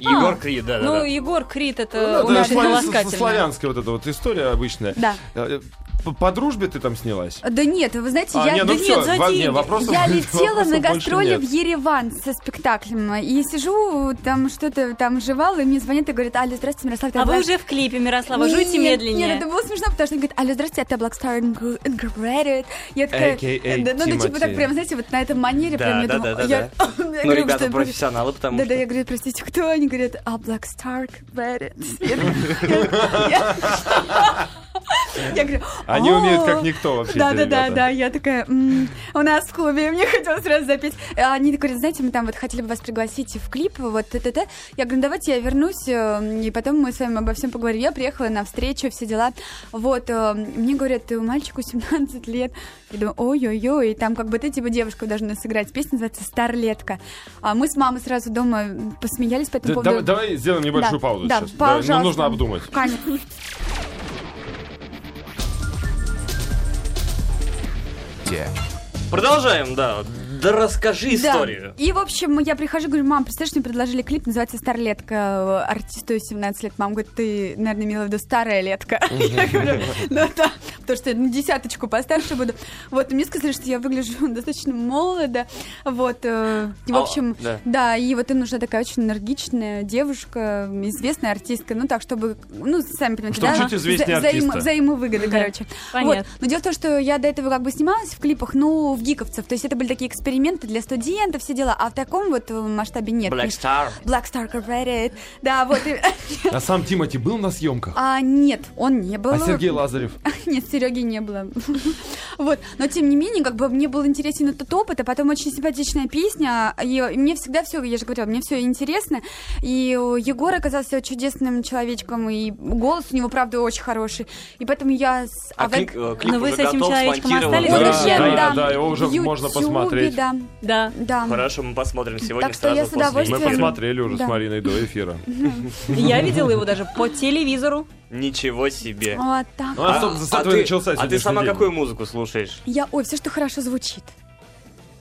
Speaker 5: А.
Speaker 2: Егор Крид, да,
Speaker 3: Ну,
Speaker 2: да.
Speaker 3: Егор Крид, это
Speaker 1: Ну, да,
Speaker 3: очень
Speaker 1: славя-
Speaker 3: полоскательно.
Speaker 1: славянская вот эта вот история обычная.
Speaker 5: Да.
Speaker 1: Э, По, по дружбе ты там снялась?
Speaker 5: Да нет, вы знаете,
Speaker 1: А,
Speaker 5: я,
Speaker 1: не, ну
Speaker 5: да
Speaker 1: всё,
Speaker 5: нет, за
Speaker 1: во- не, *laughs*
Speaker 5: деньги.
Speaker 1: вопросов-
Speaker 5: я летела
Speaker 1: вопросов
Speaker 5: на
Speaker 1: больше
Speaker 5: гастроли
Speaker 1: нет.
Speaker 5: в Ереван со спектаклем и сижу там что-то там жевала, и мне звонят и говорят, Аля, здравствуйте, Мирослав, это
Speaker 3: А вы
Speaker 5: Black-
Speaker 3: уже в клипе, Мирослава,
Speaker 5: Нет,
Speaker 3: жуйте медленнее.
Speaker 5: Нет, это было смешно, потому что они говорят, алло, здравствуйте, это Black Star Inc- Incorporated. Я такая,
Speaker 1: AKA
Speaker 5: да, ну, да, типа
Speaker 1: Тимати.
Speaker 5: так прям, знаете, вот на этом манере
Speaker 2: Да,
Speaker 5: прям, я
Speaker 2: да,
Speaker 5: думаю,
Speaker 2: да, да,
Speaker 5: *laughs* я,
Speaker 2: да.
Speaker 5: я
Speaker 2: Ну,
Speaker 5: говорю, что
Speaker 2: ребята
Speaker 5: это-
Speaker 2: профессионалы, потому
Speaker 5: Да, да,
Speaker 2: что...
Speaker 5: я говорю, простите, кто? Они говорят, а Black Star Incorporated. *laughs* Я такая- я- я- Я говорю,
Speaker 1: Они
Speaker 5: «О,
Speaker 1: умеют как никто вообще.
Speaker 5: да,
Speaker 1: эти
Speaker 5: да, да,
Speaker 1: ребята.
Speaker 5: да, я такая, «М, у нас в клубе, мне хотелось сразу запеть. А Они говорят, знаете, мы там вот хотели бы вас пригласить в клип, вот т т Я говорю, «Ну, давайте я вернусь, э, и потом мы с вами обо всем поговорим. Я приехала на встречу, все дела. Вот, э, мне говорят, «Э, мальчику 17 лет. Я думаю, ой-ой-ой, и там как бы ты, типа, девушка должна сыграть. Песня называется «Старлетка». А мы с мамой сразу дома посмеялись
Speaker 1: Да,
Speaker 5: по этому поводу.
Speaker 1: давай, давай сделаем небольшую
Speaker 5: Да,
Speaker 1: паузу
Speaker 5: да,
Speaker 1: сейчас. Да,
Speaker 5: пожалуйста.
Speaker 1: ну, нужно
Speaker 5: *laughs*
Speaker 1: обдумать.
Speaker 5: Конечно.
Speaker 6: Те.
Speaker 2: Продолжаем, да. Да расскажи
Speaker 5: Да.
Speaker 2: историю.
Speaker 5: И, в общем, я прихожу, говорю, мам, представляешь, мне предложили клип, называется «Старлетка», э, артисту 17 лет. Мама говорит, ты, наверное, имела в виду «Старая летка». *laughs* Я говорю, ну да, потому что я на десяточку постарше буду. Вот, и мне сказали, что я выгляжу *laughs* достаточно молодо. Вот, э, и, в
Speaker 2: А,
Speaker 5: общем,
Speaker 2: да.
Speaker 5: да, и вот им нужна такая очень энергичная девушка, известная артистка, ну так, чтобы, ну, сами понимаете,
Speaker 1: Чтобы
Speaker 5: да?
Speaker 1: чуть известнее
Speaker 5: вза- взаимо-
Speaker 1: артиста.
Speaker 5: Взаимовыгоды,
Speaker 3: Да.
Speaker 5: короче.
Speaker 3: Понятно.
Speaker 5: Вот. Но дело в том, что я до этого как бы снималась в клипах, ну, в гиковцев. То есть это были такие эксперименты для студентов, все дела. А в таком вот э, масштабе нет.
Speaker 2: Black
Speaker 5: конечно.
Speaker 2: Star.
Speaker 5: Black Star Corporated. Да, вот. и- *laughs*
Speaker 1: А сам Тимати был на съемках?
Speaker 5: А нет, он не был.
Speaker 1: А Сергей Лазарев?
Speaker 5: *laughs* Нет, Сереги не было. *laughs* Вот. Но тем не менее, как бы мне был интересен этот опыт, а потом очень симпатичная песня. И мне всегда все, я же говорила, мне все интересно. И э, Егор оказался чудесным человечком, и голос у него, правда, очень хороший. И поэтому я с
Speaker 2: А
Speaker 5: Авен-
Speaker 2: клип, э, клип
Speaker 5: ну,
Speaker 3: Но вы
Speaker 2: уже
Speaker 3: с этим
Speaker 2: готов,
Speaker 3: человечком
Speaker 2: смонтирован.
Speaker 3: остались
Speaker 5: Он
Speaker 1: Да,
Speaker 5: уже,
Speaker 1: да,
Speaker 5: да,
Speaker 1: да, его уже
Speaker 5: в
Speaker 1: можно
Speaker 5: Ютюбе,
Speaker 1: посмотреть.
Speaker 5: Да,
Speaker 3: Да.
Speaker 5: да.
Speaker 2: Хорошо, мы посмотрим сегодня
Speaker 5: Так что я
Speaker 2: сразу
Speaker 5: с
Speaker 2: после
Speaker 1: Мы
Speaker 5: удовольствием-
Speaker 2: эфира.
Speaker 1: посмотрели уже
Speaker 5: Да.
Speaker 1: с Мариной до эфира.
Speaker 3: Я видела его даже по телевизору.
Speaker 2: Ничего себе.
Speaker 5: Вот так.
Speaker 1: Ну, а, собственно, с этого и
Speaker 2: ты,
Speaker 1: начался
Speaker 2: а ты
Speaker 1: сегодняшний
Speaker 2: сама
Speaker 1: день.
Speaker 2: какую музыку слушаешь?
Speaker 5: Я, ой, все, что хорошо звучит.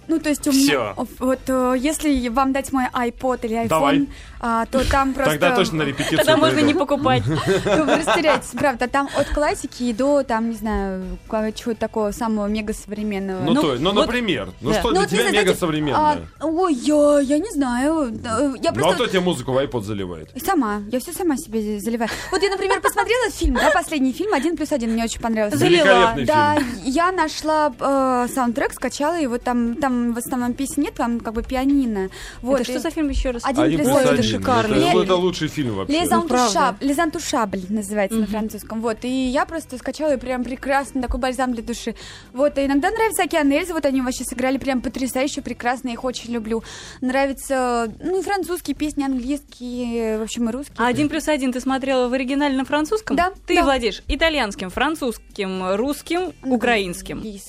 Speaker 5: Ну, то есть у
Speaker 2: Всё.
Speaker 5: меня... Вот э, если вам дать мой iPod или iPhone,
Speaker 1: Давай.
Speaker 5: а,
Speaker 1: *laughs*
Speaker 5: то там просто...
Speaker 1: Тогда точно на репетицию
Speaker 3: Тогда можно
Speaker 1: пойду.
Speaker 3: не покупать.
Speaker 5: Ну, *laughs* Вы растеряетесь, правда. Там от классики и до, там, не знаю, ка- чего-то такого самого мега современного.
Speaker 1: Ну,
Speaker 3: Ну,
Speaker 1: то, ну
Speaker 3: вот-
Speaker 1: например, ну
Speaker 3: да.
Speaker 1: что
Speaker 5: Ну,
Speaker 1: для
Speaker 5: вот вы
Speaker 1: тебя
Speaker 5: знаете,
Speaker 1: мега современное?
Speaker 5: а, ой, я, я не знаю. Э, Я
Speaker 1: Ну а
Speaker 5: просто...
Speaker 1: кто тебе музыку в iPod заливает?
Speaker 5: Сама. Я все сама себе заливаю. Вот я, например, посмотрела фильм, да, последний фильм «Один плюс один». Мне очень понравился.
Speaker 3: Залила.
Speaker 1: Великолепный
Speaker 5: Да,
Speaker 1: фильм.
Speaker 5: я нашла э, саундтрек, скачала его, там, там в основном песен нет, там как бы пианино. Вот.
Speaker 3: Это что за фильм еще раз?
Speaker 5: Один
Speaker 1: Один
Speaker 5: плюс
Speaker 1: плюс
Speaker 5: один.
Speaker 1: А один.
Speaker 5: Это шикарный
Speaker 1: Это,
Speaker 5: фильм.
Speaker 1: это лучший фильм вообще.
Speaker 3: Ну, правда.
Speaker 5: Лезантушабль называется на французском. Вот. И я просто скачала и прям прекрасно, такой бальзам для души. Вот. И иногда нравится Океан Эльзы, вот они вообще сыграли прям потрясающе, прекрасно, я их очень люблю. Нравятся, ну, и французские песни, английские, в общем, и русские.
Speaker 3: А один плюс один ты смотрела в оригинальном французском?
Speaker 5: Да,
Speaker 3: Ты
Speaker 5: да.
Speaker 3: владеешь итальянским, французским, русским, украинским.
Speaker 5: Английским.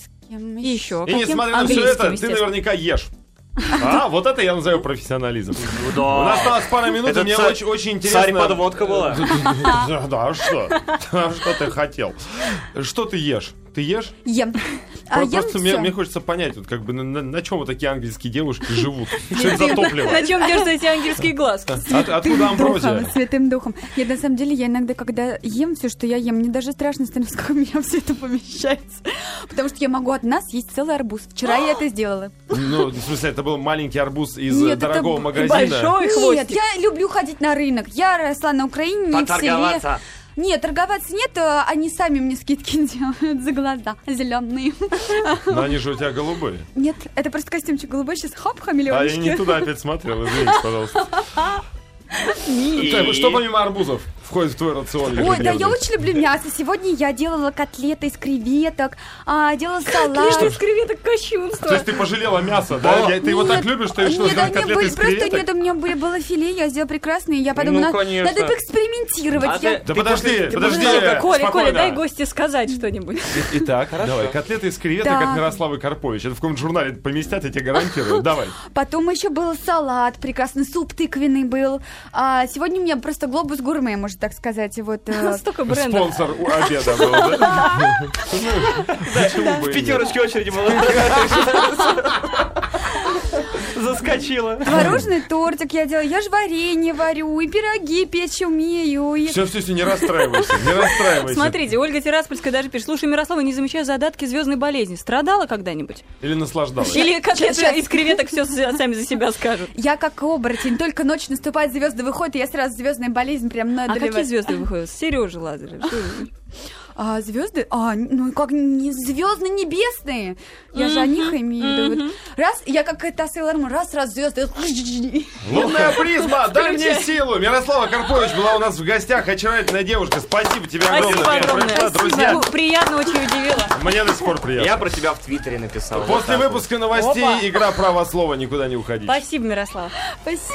Speaker 3: И еще.
Speaker 1: И
Speaker 3: каким?
Speaker 1: несмотря на все это, ты
Speaker 3: естественно.
Speaker 1: наверняка
Speaker 3: *laughs*
Speaker 1: ешь. А, вот это я называю профессионализм.
Speaker 2: Да.
Speaker 1: У нас осталось пара минут,
Speaker 2: Это
Speaker 1: и мне
Speaker 2: царь-
Speaker 1: очень, очень интересно...
Speaker 2: царь-подводка была.
Speaker 1: *laughs* Да, да, а что? А Что ты хотел? Что ты ешь? Ты ешь?
Speaker 5: Ем. А,
Speaker 1: Про-
Speaker 5: ем
Speaker 1: Просто мне,
Speaker 5: всё.
Speaker 1: мне хочется понять, вот как бы на, чем вот такие английские девушки
Speaker 5: *laughs*
Speaker 1: живут? Что это за топливо?
Speaker 3: На чем держатся эти ангельские глазки?
Speaker 1: От- откуда амброзия?
Speaker 5: Духом, святым духом. Нет, на самом деле, я иногда, когда ем все, что я ем, мне даже страшно становится, как у меня все это помещается. Потому что я могу одна съесть целый арбуз. Вчера я это сделала.
Speaker 1: Ну, в смысле, это был маленький арбуз из
Speaker 5: Нет,
Speaker 1: э,
Speaker 5: это
Speaker 1: дорогого
Speaker 5: б-
Speaker 1: магазина.
Speaker 3: большой. Ой,
Speaker 5: Нет,
Speaker 3: хвостик.
Speaker 5: я люблю ходить на рынок. Я росла на Украине, в селе.
Speaker 2: Поторговаться.
Speaker 5: Нет, торговаться нет, э, они сами мне скидки *laughs* делают за глаза зеленые.
Speaker 1: Но они же у тебя голубые.
Speaker 5: Нет, это просто костюмчик голубой, сейчас хоп,
Speaker 1: А я не
Speaker 5: хамелеончики.
Speaker 1: туда опять смотрел, извините, пожалуйста.
Speaker 2: И-
Speaker 1: Что помимо арбузов? входит в твой рацион
Speaker 5: Ой, да
Speaker 1: ежедневный?
Speaker 5: я очень люблю мясо. Сегодня я делала котлеты из креветок, а, делала салат.
Speaker 3: Отлично, из креветок кощунство.
Speaker 1: То есть ты пожалела мясо, да? Я- Ты его так
Speaker 5: Нет,
Speaker 1: любишь, что решила
Speaker 5: нет,
Speaker 1: сделать
Speaker 5: у меня
Speaker 1: котлеты
Speaker 5: были
Speaker 1: из
Speaker 5: просто
Speaker 1: креветок?
Speaker 5: нет, у меня были- было филе, я сделала прекрасные, я подумала,
Speaker 2: Ну,
Speaker 5: надо,
Speaker 2: конечно.
Speaker 5: надо поэкспериментировать.
Speaker 2: А
Speaker 5: я-
Speaker 2: ты-
Speaker 1: Да подожди,
Speaker 2: ты
Speaker 1: подожди,
Speaker 3: Подожди-ка, Коля, Коля,
Speaker 1: спокойно.
Speaker 3: дай гости сказать что-нибудь.
Speaker 1: Итак, давай, котлеты из креветок
Speaker 5: Да.
Speaker 1: от Мирославы Карпович. Это в каком-нибудь журнале поместят, я тебе гарантирую. Давай.
Speaker 5: Потом еще был салат прекрасный, суп тыквенный был. А, сегодня у меня просто глобус гурме, можно так сказать. Вот, э,
Speaker 3: Столько брендов.
Speaker 1: Спонсор у обеда был, да? Почему бы
Speaker 2: В
Speaker 1: и нет?
Speaker 2: пятерочке очереди *laughs* была. Заскочила.
Speaker 5: Творожный тортик я делала, я же варенье варю, и пироги печь умею. и-
Speaker 1: Все, все, все, не расстраивайся, не расстраивайся.
Speaker 3: Смотрите, Ольга Тираспольская даже пишет, слушай, Мирослава, не замечаю задатки звездной болезни. Страдала когда-нибудь?
Speaker 1: Или наслаждалась.
Speaker 3: Или
Speaker 5: щас.
Speaker 3: котлеты из креветок все сами за себя скажут?
Speaker 5: Я как оборотень, только ночь наступает, звезды выходят, и я сразу звездная болезнь прям мной
Speaker 3: А какие
Speaker 5: одолевает.
Speaker 3: звезды выходят? Сережа Лазарев. что вы?
Speaker 5: А, звезды? А, ну как не звезды небесные. Я же о них имею в виду. Вот Раз, я как это Сейлор Мун, раз, раз звезды. *laughs*
Speaker 1: Лунная призма, дай мне
Speaker 3: Включай.
Speaker 1: силу. Мирослава Карпович была у нас в гостях. Очаровательная девушка. Спасибо тебе огромное.
Speaker 3: Спасибо
Speaker 1: что
Speaker 3: огромное.
Speaker 1: пришла. Друзья,
Speaker 3: Ну, Приятно, очень удивила.
Speaker 1: мне до сих пор
Speaker 2: Я
Speaker 1: приятно.
Speaker 2: про тебя в Твиттере написал. Вот
Speaker 1: После
Speaker 2: так вот.
Speaker 1: выпуска новостей
Speaker 3: Опа.
Speaker 1: игра «Право слова». Никуда не уходите.
Speaker 3: Спасибо, Мирослава.
Speaker 5: Спасибо.